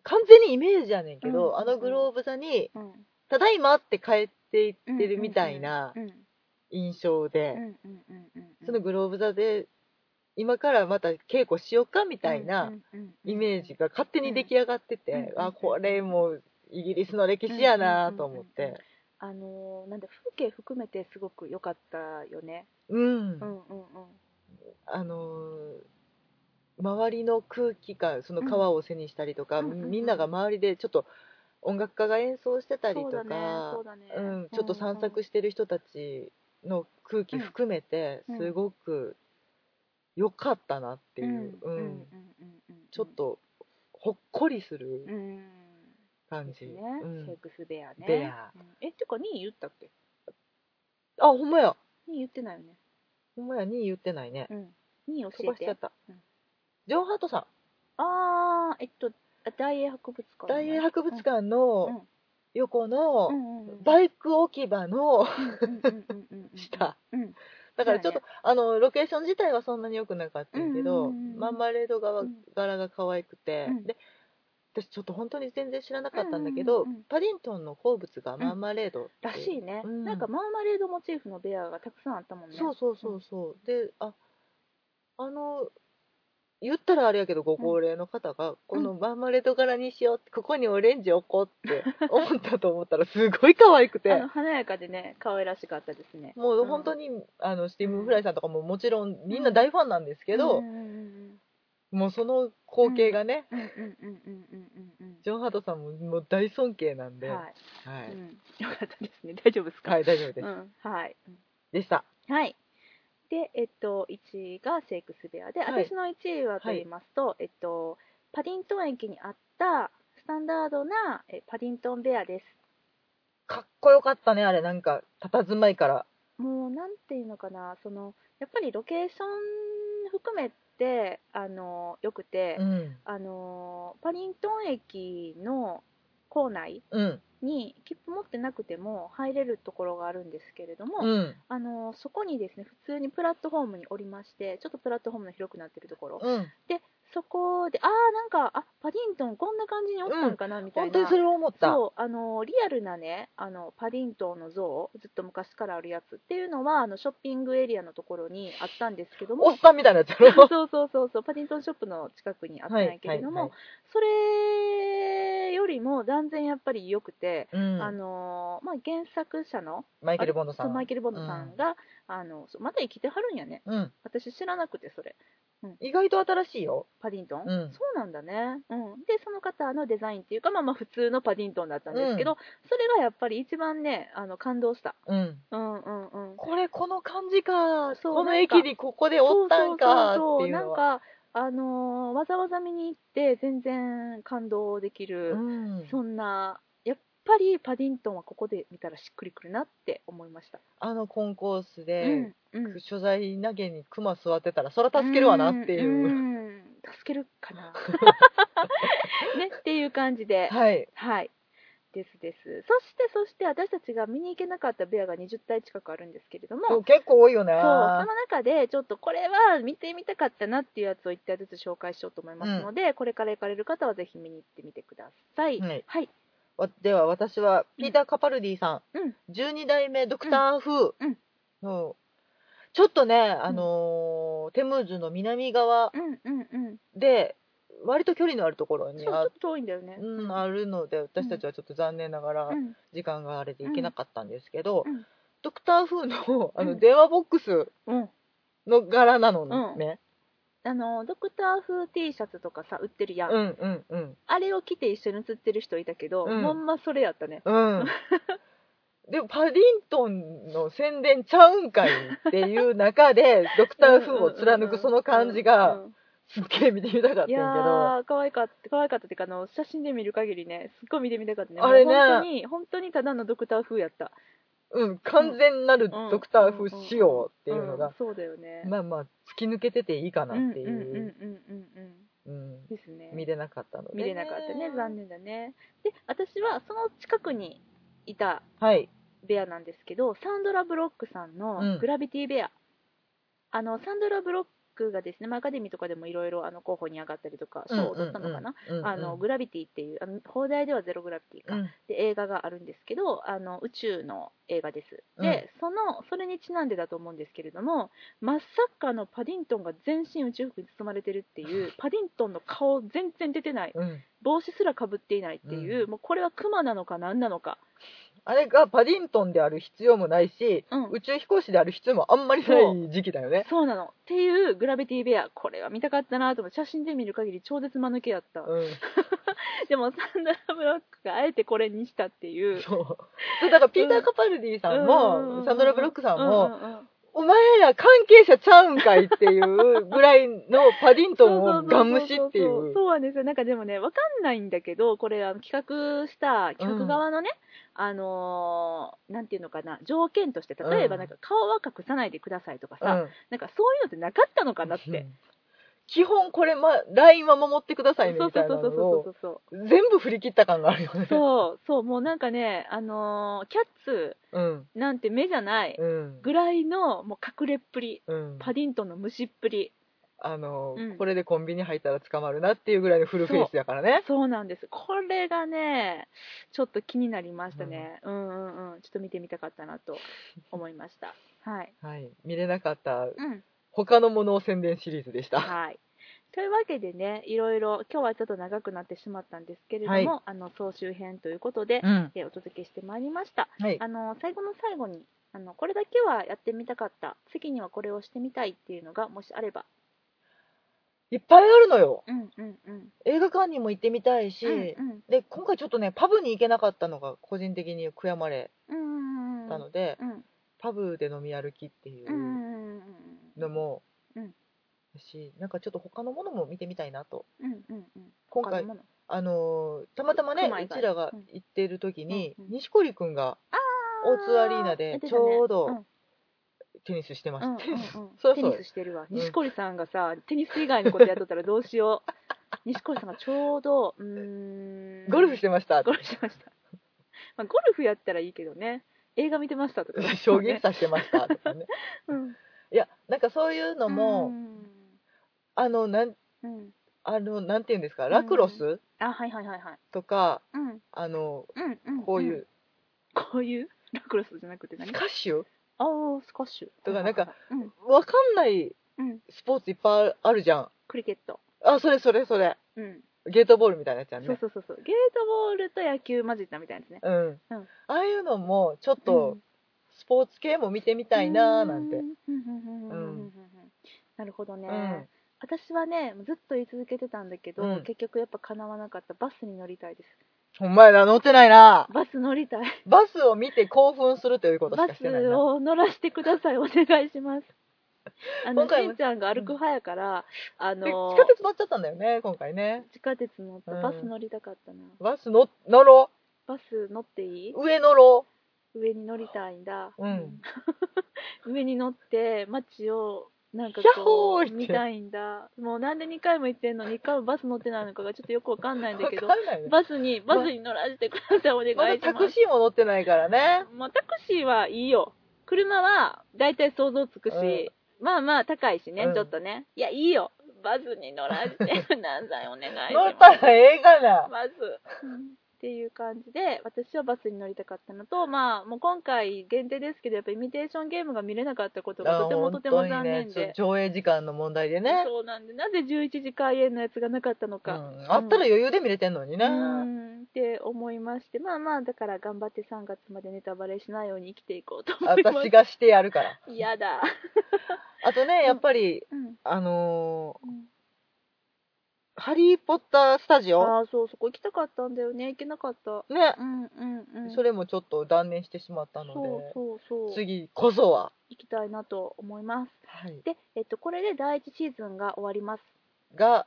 [SPEAKER 2] 完全にイメージやねんけど、
[SPEAKER 1] うん
[SPEAKER 2] あのグローブ座に
[SPEAKER 1] うん
[SPEAKER 2] 「ただいま」って帰っていってるみたいな
[SPEAKER 1] うんうん
[SPEAKER 2] 印象で、
[SPEAKER 1] うんうんうんうんうん
[SPEAKER 2] そのグローブ座で今からまた稽古しようかみたいなイメージが勝手に出来上がってて、
[SPEAKER 1] うん
[SPEAKER 2] あこれもうイギリスの歴史やなと思って。
[SPEAKER 1] あのーなんだ風景含めてすごく良かったよね
[SPEAKER 2] うん
[SPEAKER 1] うんうんうん
[SPEAKER 2] あのー周りの空気感その川を背にしたりとか、
[SPEAKER 1] うんうんうん
[SPEAKER 2] みんなが周りでちょっと音楽家が演奏してたり
[SPEAKER 1] そう
[SPEAKER 2] と
[SPEAKER 1] だね
[SPEAKER 2] か
[SPEAKER 1] そうだね
[SPEAKER 2] うんちょっと散策してる人たちの空気含めて
[SPEAKER 1] うん
[SPEAKER 2] すごく良かったなっていう、
[SPEAKER 1] うんうんうん
[SPEAKER 2] うん
[SPEAKER 1] うんうん
[SPEAKER 2] ちょっとほっこりする
[SPEAKER 1] うん
[SPEAKER 2] 感
[SPEAKER 1] です
[SPEAKER 2] じ、
[SPEAKER 1] ね
[SPEAKER 2] うん
[SPEAKER 1] シェイクスベアね
[SPEAKER 2] ベア
[SPEAKER 1] うんえっていうか2位言ったっけ
[SPEAKER 2] あほんまや
[SPEAKER 1] 2位言ってないよね
[SPEAKER 2] ほんまや2位言ってないね
[SPEAKER 1] うん2位
[SPEAKER 2] 飛
[SPEAKER 1] 教
[SPEAKER 2] ば
[SPEAKER 1] え
[SPEAKER 2] しちゃ
[SPEAKER 1] て
[SPEAKER 2] った、
[SPEAKER 1] うん
[SPEAKER 2] ジョン・ハートさん
[SPEAKER 1] ああえっとあ大英博物館
[SPEAKER 2] 大英博物館の横の
[SPEAKER 1] イ
[SPEAKER 2] バイク置き場の 下
[SPEAKER 1] うん
[SPEAKER 2] だからちょっと、
[SPEAKER 1] そ
[SPEAKER 2] あのロケーション自体はそんなに良くなかったんやけど、
[SPEAKER 1] うんうんうんうん
[SPEAKER 2] マンマレード側
[SPEAKER 1] うん
[SPEAKER 2] 柄が可愛くて、
[SPEAKER 1] うん
[SPEAKER 2] で私ちょっと本当に全然知らなかったんだけ
[SPEAKER 1] うん
[SPEAKER 2] ど、
[SPEAKER 1] うんうん
[SPEAKER 2] パディントンの好物がマンマレードって
[SPEAKER 1] らしいね
[SPEAKER 2] うん
[SPEAKER 1] なんかマーマレードモチーフのベアがたくさんあったもんね
[SPEAKER 2] そうそうそうそうでああの言ったらあれやけどご高齢の方が、このマンマレード柄にしようってここにオレンジ置こうって思ったと思ったらすごい可愛くて
[SPEAKER 1] あの華やかでね可愛らしかったですね
[SPEAKER 2] もう本当に、あのスティーブン・フライさんとかももちろんみんな大ファンなんですけど、
[SPEAKER 1] うんうんうん
[SPEAKER 2] もうその光景がね、
[SPEAKER 1] うんうんうんうんうんうんうん
[SPEAKER 2] ジョン・ハドさんももう大尊敬なんで、
[SPEAKER 1] はい
[SPEAKER 2] は
[SPEAKER 1] う
[SPEAKER 2] い
[SPEAKER 1] ん、よかったですね。大丈夫ですか。
[SPEAKER 2] はい大丈夫です、
[SPEAKER 1] うん、はい。
[SPEAKER 2] でした。
[SPEAKER 1] はい。で、えっと、1位がシェイクスピアで、
[SPEAKER 2] はい
[SPEAKER 1] 私の1位はと言いますと、えっと、パディントン駅にあったスタンダードなえパディントンベアです。
[SPEAKER 2] かっこよかったね、あれ、なんか、佇まいから。
[SPEAKER 1] もう、なんていうのかな、その、やっぱりロケーション含めて、あの、よくて、
[SPEAKER 2] うん。
[SPEAKER 1] あの、パディントン駅の構内
[SPEAKER 2] うん。
[SPEAKER 1] に切符持ってなくても入れるところがあるんですけれども、
[SPEAKER 2] うん。
[SPEAKER 1] あのそこにですね普通にプラットフォームにおりましてちょっとプラットフォームの広くなってるところ
[SPEAKER 2] うん。
[SPEAKER 1] でそこでああなんかあパディントンこんな感じにおったんかな、みたいな
[SPEAKER 2] 本当にそれを思った。
[SPEAKER 1] そうあのリアルなねあのパディントンの像ずっと昔からあるやつっていうのはあのショッピングエリアのところにあったんですけど
[SPEAKER 2] お
[SPEAKER 1] も
[SPEAKER 2] っさんみたいなやつや ろ。
[SPEAKER 1] そうそうそうそうパディントンショップの近くにあったんやけれども、
[SPEAKER 2] はいはいはい
[SPEAKER 1] それよりも断然やっぱり良くて、
[SPEAKER 2] うん
[SPEAKER 1] あのまあ、原作者の
[SPEAKER 2] マイケル・ボンドさ。
[SPEAKER 1] そうんマイケル・ボンドさんが、あのそうまだ生きてはるんやね
[SPEAKER 2] うん。
[SPEAKER 1] 私知らなくてそれ
[SPEAKER 2] 意外と新しいよ。
[SPEAKER 1] パディントン、
[SPEAKER 2] うん
[SPEAKER 1] そうなんだね、うん、でその方のデザインっていうかまあまあ普通のパディントンだったんですけど、
[SPEAKER 2] う
[SPEAKER 1] それがやっぱり一番ねあの感動した
[SPEAKER 2] うん。
[SPEAKER 1] うんうんうん
[SPEAKER 2] これ、この感じか。
[SPEAKER 1] そう
[SPEAKER 2] この
[SPEAKER 1] なん
[SPEAKER 2] 駅
[SPEAKER 1] か
[SPEAKER 2] にここでおったんか。っ
[SPEAKER 1] そうそうそうそ
[SPEAKER 2] て
[SPEAKER 1] う
[SPEAKER 2] いう
[SPEAKER 1] な
[SPEAKER 2] の
[SPEAKER 1] ん
[SPEAKER 2] は。
[SPEAKER 1] かあのーわざわざ見に行って全然感動でき
[SPEAKER 2] う
[SPEAKER 1] る、
[SPEAKER 2] ん。
[SPEAKER 1] そんなやっぱりパディントンはここで見たらしっくりくるなって思いました、
[SPEAKER 2] あのコンコースで、
[SPEAKER 1] うんうん
[SPEAKER 2] 所在投げにクマ座ってたら、そら助けるわなって
[SPEAKER 1] ん
[SPEAKER 2] いう。
[SPEAKER 1] ん助けるかな。ね、っていう感じで、
[SPEAKER 2] はい。
[SPEAKER 1] はい。ですです。そして、そして私たちが見に行けなかったベアが20体近くあるんですけれども、
[SPEAKER 2] そ
[SPEAKER 1] そうう
[SPEAKER 2] 結構多いよね。
[SPEAKER 1] その中で、ちょっとこれは見てみたかったなっていうやつを1体ずつ紹介しようと思いますので、これから行かれる方はぜひ見に行ってみてください。
[SPEAKER 2] はい
[SPEAKER 1] はい。
[SPEAKER 2] わでは私は
[SPEAKER 1] うん
[SPEAKER 2] ピーター・カパルディさん、
[SPEAKER 1] うん
[SPEAKER 2] 12代目ドクター・フ
[SPEAKER 1] うん
[SPEAKER 2] ーの、ちょっとね、あのーテムーズの南側
[SPEAKER 1] うんうんうん。
[SPEAKER 2] で割と距離のあるところ
[SPEAKER 1] そう、
[SPEAKER 2] に
[SPEAKER 1] ちょ
[SPEAKER 2] あ,、
[SPEAKER 1] っと遠いんだよね。
[SPEAKER 2] うん、あるので私たちはちょっと残念ながら
[SPEAKER 1] うん
[SPEAKER 2] 時間があれで行けなかったんですけど、
[SPEAKER 1] うん
[SPEAKER 2] ドクター・フーのあ
[SPEAKER 1] う
[SPEAKER 2] の
[SPEAKER 1] ん
[SPEAKER 2] 電話ボックス
[SPEAKER 1] うん。
[SPEAKER 2] の柄なのね、
[SPEAKER 1] あの、ドクター風 T シャツとかさ、売ってるやん
[SPEAKER 2] う。ん、うんうん
[SPEAKER 1] あれを着て一緒に写ってる人いたけど、
[SPEAKER 2] うん
[SPEAKER 1] まんまそれやったね。
[SPEAKER 2] うんでもパディントンの宣伝ちゃうんかいっていう中でドクター・フーを貫くその感じ
[SPEAKER 1] う
[SPEAKER 2] が
[SPEAKER 1] んうん
[SPEAKER 2] すっげえ見てみたかったんや
[SPEAKER 1] い
[SPEAKER 2] け
[SPEAKER 1] や
[SPEAKER 2] ど
[SPEAKER 1] ー、可愛かった、可愛かったっていうか、あの、写真で見る限りね、すっごい見てみたかったね。
[SPEAKER 2] あれね
[SPEAKER 1] もう本当に、本当にただのドクター風やった。
[SPEAKER 2] うん完全なるドクター・フー仕様っていうの
[SPEAKER 1] ん
[SPEAKER 2] が
[SPEAKER 1] そうだよね。
[SPEAKER 2] まあまあ突き抜けてていいかなって
[SPEAKER 1] うんうんうんうんうん
[SPEAKER 2] いう、
[SPEAKER 1] うん。
[SPEAKER 2] うん、
[SPEAKER 1] ですね。
[SPEAKER 2] 見れなかったので
[SPEAKER 1] 見れなかったね、残念だね。で、私はその近くにいた
[SPEAKER 2] はい
[SPEAKER 1] ベアなんですけど、サンドラ・ブロックさん
[SPEAKER 2] う
[SPEAKER 1] の
[SPEAKER 2] ん
[SPEAKER 1] グラビティベア、あのサンドラ・ブロックがですね、まあアカデミーとかでもいろいろあの候補に上がったりとか、賞を取ったのかな、
[SPEAKER 2] うんうんうん
[SPEAKER 1] あのグラビティっていう、あの放題ではゼログラビティか、
[SPEAKER 2] うん
[SPEAKER 1] で映画があるんですけど、あの宇宙の映画です。で、そのそれにちなんでだと思うんですけれども、まさかのパディントンが全身宇宙服に包まれてるって いう、パディントンの顔全然出てない、
[SPEAKER 2] うん
[SPEAKER 1] 帽子すらかぶっていないっていう、もうこれはクマなのか何なのか。
[SPEAKER 2] あれがパディントンである必要もないし、
[SPEAKER 1] うん
[SPEAKER 2] 宇宙飛行士である必要もあんまりない時期だよね
[SPEAKER 1] そうなの。っていうグラビティベア、これは見たかったなと思って、写真で見る限り超絶間抜けやった。
[SPEAKER 2] うん
[SPEAKER 1] でも、サンダラ・ブロックがあえてこれにしたっていう。
[SPEAKER 2] そう。そうだからピーター・カパルディさん
[SPEAKER 1] うんうんう
[SPEAKER 2] も、
[SPEAKER 1] ん
[SPEAKER 2] サンドラ・ブロックさん
[SPEAKER 1] うん
[SPEAKER 2] も、
[SPEAKER 1] うんうん
[SPEAKER 2] お前ら関係者ちゃうんかいっていうぐらいのパディントンをガン無視ってい
[SPEAKER 1] そうそうそうそう
[SPEAKER 2] う。
[SPEAKER 1] そうなんですよ。なんかでもね、わかんないんだけど、これ、あの企画した、企画側のね、あのーなんていうのかな、条件として、例えば
[SPEAKER 2] うん
[SPEAKER 1] なんか顔は隠さないでくださいとかさ、
[SPEAKER 2] うん
[SPEAKER 1] なんかそういうのってなかったのかなって。
[SPEAKER 2] 基本これ、ま、ラインは守ってくださ
[SPEAKER 1] そ
[SPEAKER 2] いうみ
[SPEAKER 1] そ
[SPEAKER 2] た
[SPEAKER 1] うそ
[SPEAKER 2] いうな
[SPEAKER 1] そう
[SPEAKER 2] の
[SPEAKER 1] そ
[SPEAKER 2] を
[SPEAKER 1] うそう。
[SPEAKER 2] 全部振り切った感があるよね。
[SPEAKER 1] そう、そう、もうなんかね、あのーキャッツ
[SPEAKER 2] うん。
[SPEAKER 1] なんて目じゃない
[SPEAKER 2] うん。
[SPEAKER 1] ぐらいの、もう隠れっぷり。
[SPEAKER 2] うん、
[SPEAKER 1] パディントンの虫っぷり。
[SPEAKER 2] あの、
[SPEAKER 1] うん
[SPEAKER 2] これでコンビニ入ったら捕まるなっていうぐらいのフルフェイスだからね。
[SPEAKER 1] そうなんです。これがね、ちょっと気になりましたね。うん、うん、うん。ちょっと見てみたかったなと思いま した。はい。
[SPEAKER 2] はい。見れなかった
[SPEAKER 1] うん。
[SPEAKER 2] 他のものを宣伝シリーズでした。
[SPEAKER 1] はい。というわけでね、いろいろ、今日はちょっと長くなってしまったんですけれども、
[SPEAKER 2] はい
[SPEAKER 1] あの、総集編ということで、
[SPEAKER 2] うん。
[SPEAKER 1] えお届けしてまいりました。
[SPEAKER 2] はい。
[SPEAKER 1] あの最後の最後にあのこれだけはやってみたかった次にはこれをしてみたいっていうのがもしあれば
[SPEAKER 2] いっぱいあるのよ。
[SPEAKER 1] うんうんうん
[SPEAKER 2] 映画館にも行ってみたいし、
[SPEAKER 1] うん
[SPEAKER 2] で今回ちょっとねパブに行けなかったのが個人的に悔やまれ
[SPEAKER 1] うんうんうんうん
[SPEAKER 2] たので、
[SPEAKER 1] うん
[SPEAKER 2] パブで飲み歩きってい
[SPEAKER 1] うんうん
[SPEAKER 2] う
[SPEAKER 1] うん
[SPEAKER 2] のも、
[SPEAKER 1] うん
[SPEAKER 2] だしなんかちょっと他のものも見てみたいなと
[SPEAKER 1] うんうんうんうん
[SPEAKER 2] 今
[SPEAKER 1] 他
[SPEAKER 2] 回
[SPEAKER 1] のもの
[SPEAKER 2] あのーたまたまね
[SPEAKER 1] 熊以
[SPEAKER 2] う
[SPEAKER 1] 外
[SPEAKER 2] ちらが
[SPEAKER 1] うん
[SPEAKER 2] 行ってる時に、
[SPEAKER 1] うんうん
[SPEAKER 2] 錦織君が大津アリーナで
[SPEAKER 1] あーやってた
[SPEAKER 2] ちょうど
[SPEAKER 1] ね
[SPEAKER 2] テニスしてま
[SPEAKER 1] うんうん
[SPEAKER 2] し
[SPEAKER 1] う
[SPEAKER 2] た、
[SPEAKER 1] んう
[SPEAKER 2] そ
[SPEAKER 1] ん
[SPEAKER 2] う
[SPEAKER 1] テ
[SPEAKER 2] そ
[SPEAKER 1] ニス
[SPEAKER 2] う
[SPEAKER 1] してるわ
[SPEAKER 2] うん
[SPEAKER 1] 錦織さんがさテニス以外のことやっとったらどうしよう錦織さんがちょうどうーん
[SPEAKER 2] ゴルフしてました
[SPEAKER 1] ゴルフしました、まあ、ゴルフやったらいいけどね映画見てましたとか
[SPEAKER 2] 将棋指してましたとかね
[SPEAKER 1] うん
[SPEAKER 2] いやなんかそういうのも、あのなん
[SPEAKER 1] うんうん
[SPEAKER 2] あのなんていうんですか
[SPEAKER 1] ん
[SPEAKER 2] ラクロス
[SPEAKER 1] あはいはいはいはい
[SPEAKER 2] とか、
[SPEAKER 1] うん
[SPEAKER 2] あの
[SPEAKER 1] うんうん
[SPEAKER 2] こういう
[SPEAKER 1] こういうラクロスじゃなくて
[SPEAKER 2] ス
[SPEAKER 1] 何
[SPEAKER 2] カッシュ
[SPEAKER 1] ああスカッシュ
[SPEAKER 2] とかなんか、
[SPEAKER 1] うん
[SPEAKER 2] わかんない
[SPEAKER 1] うん、
[SPEAKER 2] スポーツいっぱいあるじゃん
[SPEAKER 1] クリケット、
[SPEAKER 2] あそれそれそれ
[SPEAKER 1] うん
[SPEAKER 2] ゲートボールみたいなやつやんね
[SPEAKER 1] そうそうそうそうゲートボールと野球混じったみたいですね
[SPEAKER 2] うん
[SPEAKER 1] うん
[SPEAKER 2] ああいうのもちょっとスポーツ系も見てみたいなーなんて、
[SPEAKER 1] うんうんうんうんうんうんうんなるほどね、私はねずっと言い続けてたんだけど、
[SPEAKER 2] うん
[SPEAKER 1] 結局やっぱ叶わなかったバスに乗りたいです
[SPEAKER 2] ほんまやな乗ってないな
[SPEAKER 1] バス乗りたい
[SPEAKER 2] バスを見て興奮するということし
[SPEAKER 1] バ
[SPEAKER 2] かしてない
[SPEAKER 1] ス
[SPEAKER 2] な
[SPEAKER 1] を乗らせてください、お願いし ます。あの
[SPEAKER 2] 今回
[SPEAKER 1] し
[SPEAKER 2] も
[SPEAKER 1] んちゃんが歩く派やから、あ
[SPEAKER 2] で地
[SPEAKER 1] の
[SPEAKER 2] 下鉄乗っちゃったんだよね今回ね
[SPEAKER 1] 地下鉄乗った、
[SPEAKER 2] うん
[SPEAKER 1] バス乗りたかったな。
[SPEAKER 2] バス乗乗ろ
[SPEAKER 1] バス乗っていいう
[SPEAKER 2] 上乗ろ
[SPEAKER 1] 上に乗りたいんだ。
[SPEAKER 2] うん
[SPEAKER 1] うん 上に乗って、街をなんか
[SPEAKER 2] ヒャッ
[SPEAKER 1] こ
[SPEAKER 2] ホー
[SPEAKER 1] う、
[SPEAKER 2] って
[SPEAKER 1] 見たいんだ。もうなんで2回も行ってんのに、1回もバス乗ってないのかがちょっとよくわかんな
[SPEAKER 2] う
[SPEAKER 1] いんだけど
[SPEAKER 2] わ、かんないね
[SPEAKER 1] バスに、バスに乗らせてください、お願
[SPEAKER 2] まだ
[SPEAKER 1] いしま
[SPEAKER 2] タ
[SPEAKER 1] す。
[SPEAKER 2] クシーも乗ってないからね
[SPEAKER 1] まあ、タクシーはいいよ。車は大体想像つくし、
[SPEAKER 2] うん
[SPEAKER 1] まあまあ高いしね、
[SPEAKER 2] うん
[SPEAKER 1] ちょっとね。いや、いいよ。バスに乗らせて、なんだよ、お願いし
[SPEAKER 2] 乗っ
[SPEAKER 1] ま
[SPEAKER 2] たらええが
[SPEAKER 1] す。
[SPEAKER 2] な
[SPEAKER 1] バス。っていう感じで、私はバスに乗りたかったのと、まあ、もう今回限定ですけど、やっぱイミテーションゲームが見れなかったことがとてもとても残念で。
[SPEAKER 2] ちょ上映時間の問題でね
[SPEAKER 1] そうなんで、なぜ11時開演のやつがなかったの
[SPEAKER 2] う
[SPEAKER 1] か。
[SPEAKER 2] ん、あったら余裕で見れてんのにね、
[SPEAKER 1] うんって思いましてまあまあだから頑張って3月までネタバレしないように生きていこうと思います
[SPEAKER 2] 私がしてやる から
[SPEAKER 1] 嫌だ。
[SPEAKER 2] あとねやっぱり、
[SPEAKER 1] うん。
[SPEAKER 2] あのーハリー・ポッタースタジオ
[SPEAKER 1] ああ、そう、そこ行きたかったんだよね。行けなかった。
[SPEAKER 2] ね
[SPEAKER 1] う、んうんうん。
[SPEAKER 2] それもちょっと断念してしまったので
[SPEAKER 1] そうそうそう。
[SPEAKER 2] 次こそは、
[SPEAKER 1] 行きたいなと思います。
[SPEAKER 2] はい、
[SPEAKER 1] で、えっと、これで第一シーズンが終わります。
[SPEAKER 2] が、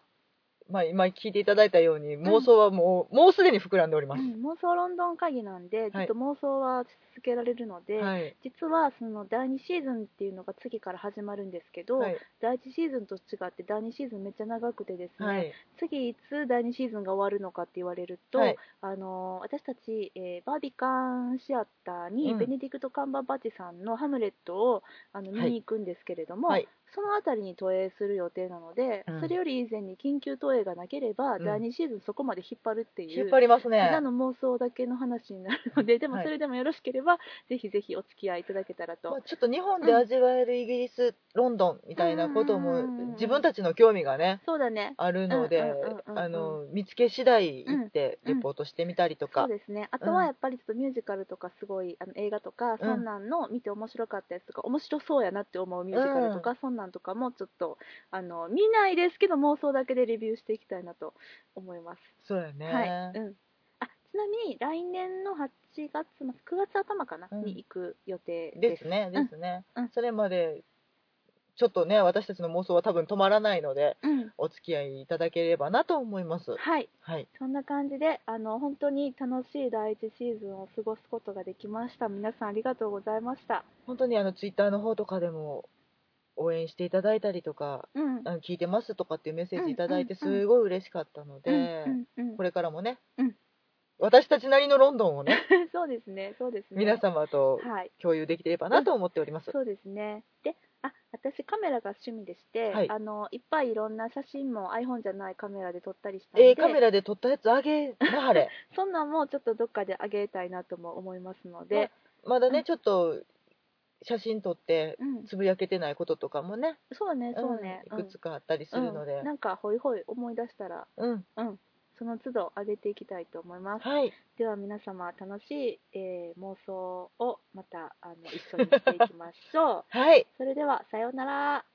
[SPEAKER 2] まあ、今聞いていただいたように妄想はもう、もうすでに膨らんでおります、
[SPEAKER 1] うん妄想ロンドン会議なんで、ずっと妄想は続けられるので、
[SPEAKER 2] はい
[SPEAKER 1] 実はその第2シーズンっていうのが次から始まるんですけど、
[SPEAKER 2] はい
[SPEAKER 1] 第1シーズンと違って第2シーズンめっちゃ長くてですね、
[SPEAKER 2] はい
[SPEAKER 1] 次いつ第2シーズンが終わるのかって言われると、
[SPEAKER 2] はい
[SPEAKER 1] あのー私たち、えーバービカンシアターに
[SPEAKER 2] うん
[SPEAKER 1] ベネディクト・カンバーバッチさんの「ハムレットを」あの
[SPEAKER 2] はい
[SPEAKER 1] 見に行くんですけれども、
[SPEAKER 2] はい
[SPEAKER 1] そのあたりに投影する予定なので、
[SPEAKER 2] うん
[SPEAKER 1] それより以前に緊急投影がなければ、
[SPEAKER 2] うん
[SPEAKER 1] 第2シーズンそこまで引っ張るっていう。
[SPEAKER 2] 引っ張りますね
[SPEAKER 1] ただの妄想だけの話になるので、でも
[SPEAKER 2] はい
[SPEAKER 1] それでもよろしければ、ぜひぜひお付き合いいただけたらと。
[SPEAKER 2] まあ、ちょっと日本で味わえるイギリス、ロンドンみたいなこと
[SPEAKER 1] うんうんうんうん
[SPEAKER 2] も自分たちの興味がね
[SPEAKER 1] そうだね。
[SPEAKER 2] あるので
[SPEAKER 1] うんうんうんうん
[SPEAKER 2] あの見つけ次第行って
[SPEAKER 1] うん
[SPEAKER 2] レポートしてみたりとか、
[SPEAKER 1] そうですねあと
[SPEAKER 2] う
[SPEAKER 1] は
[SPEAKER 2] ん
[SPEAKER 1] やっぱりちょっとミュージカルとかすごいあの映画とか、
[SPEAKER 2] うん
[SPEAKER 1] そんなんの見て面白かったやつとか面白そうやなって思うミュージカルとか、そんなんとかもちょっとあの見ないですけど妄想だけでレビューしていきたいなと思います、
[SPEAKER 2] そうだよね、
[SPEAKER 1] はい、うん、あちなみに来年の8月末9月頭かな、
[SPEAKER 2] うん
[SPEAKER 1] に行く予定で
[SPEAKER 2] ですすね、
[SPEAKER 1] うん
[SPEAKER 2] ですね、
[SPEAKER 1] うん
[SPEAKER 2] それまで、ちょっとね、私たちの妄想は多分止まらないので、
[SPEAKER 1] うん
[SPEAKER 2] お付き合いいただければなと思います。
[SPEAKER 1] はい
[SPEAKER 2] はい。
[SPEAKER 1] そんな感じであの本当に楽しい第一シーズンを過ごすことができました皆さんありがとうございました
[SPEAKER 2] 本当にあの、ツイッターの方とかでも、応援していただいたりとか、
[SPEAKER 1] うん
[SPEAKER 2] あの聞いてますとかっていうメッセージいただいて、
[SPEAKER 1] うんうんうん
[SPEAKER 2] すごい嬉しかったので、
[SPEAKER 1] うんうんうん
[SPEAKER 2] これからもね、
[SPEAKER 1] うん
[SPEAKER 2] 私たちなりのロンドンをね、
[SPEAKER 1] そうですね、そうですね。
[SPEAKER 2] 皆様と
[SPEAKER 1] はい、
[SPEAKER 2] 共有できればなと思っております。
[SPEAKER 1] そうですね。で、あ、私カメラが趣味でして、
[SPEAKER 2] はい
[SPEAKER 1] あのいっぱいいろんな写真も iPhone じゃないカメラで撮ったりしたので、
[SPEAKER 2] えーカメラで撮ったやつあげなはれ。
[SPEAKER 1] そんなんもちょっとどっかであげたいなとも思いますので、
[SPEAKER 2] まだ
[SPEAKER 1] う
[SPEAKER 2] ね、
[SPEAKER 1] ん
[SPEAKER 2] ちょっと、写真撮って、
[SPEAKER 1] うん、
[SPEAKER 2] つぶやけてないこととかもね、
[SPEAKER 1] そうね、そうね、
[SPEAKER 2] うんいくつかあったりするので、
[SPEAKER 1] うんなんかほいほい思い出したら、
[SPEAKER 2] うん、
[SPEAKER 1] うん、その都度あげていきたいと思います。
[SPEAKER 2] はい、。
[SPEAKER 1] では皆様楽しい、えー妄想をまたあの一緒にしていきましょう
[SPEAKER 2] はい、
[SPEAKER 1] それではさようなら。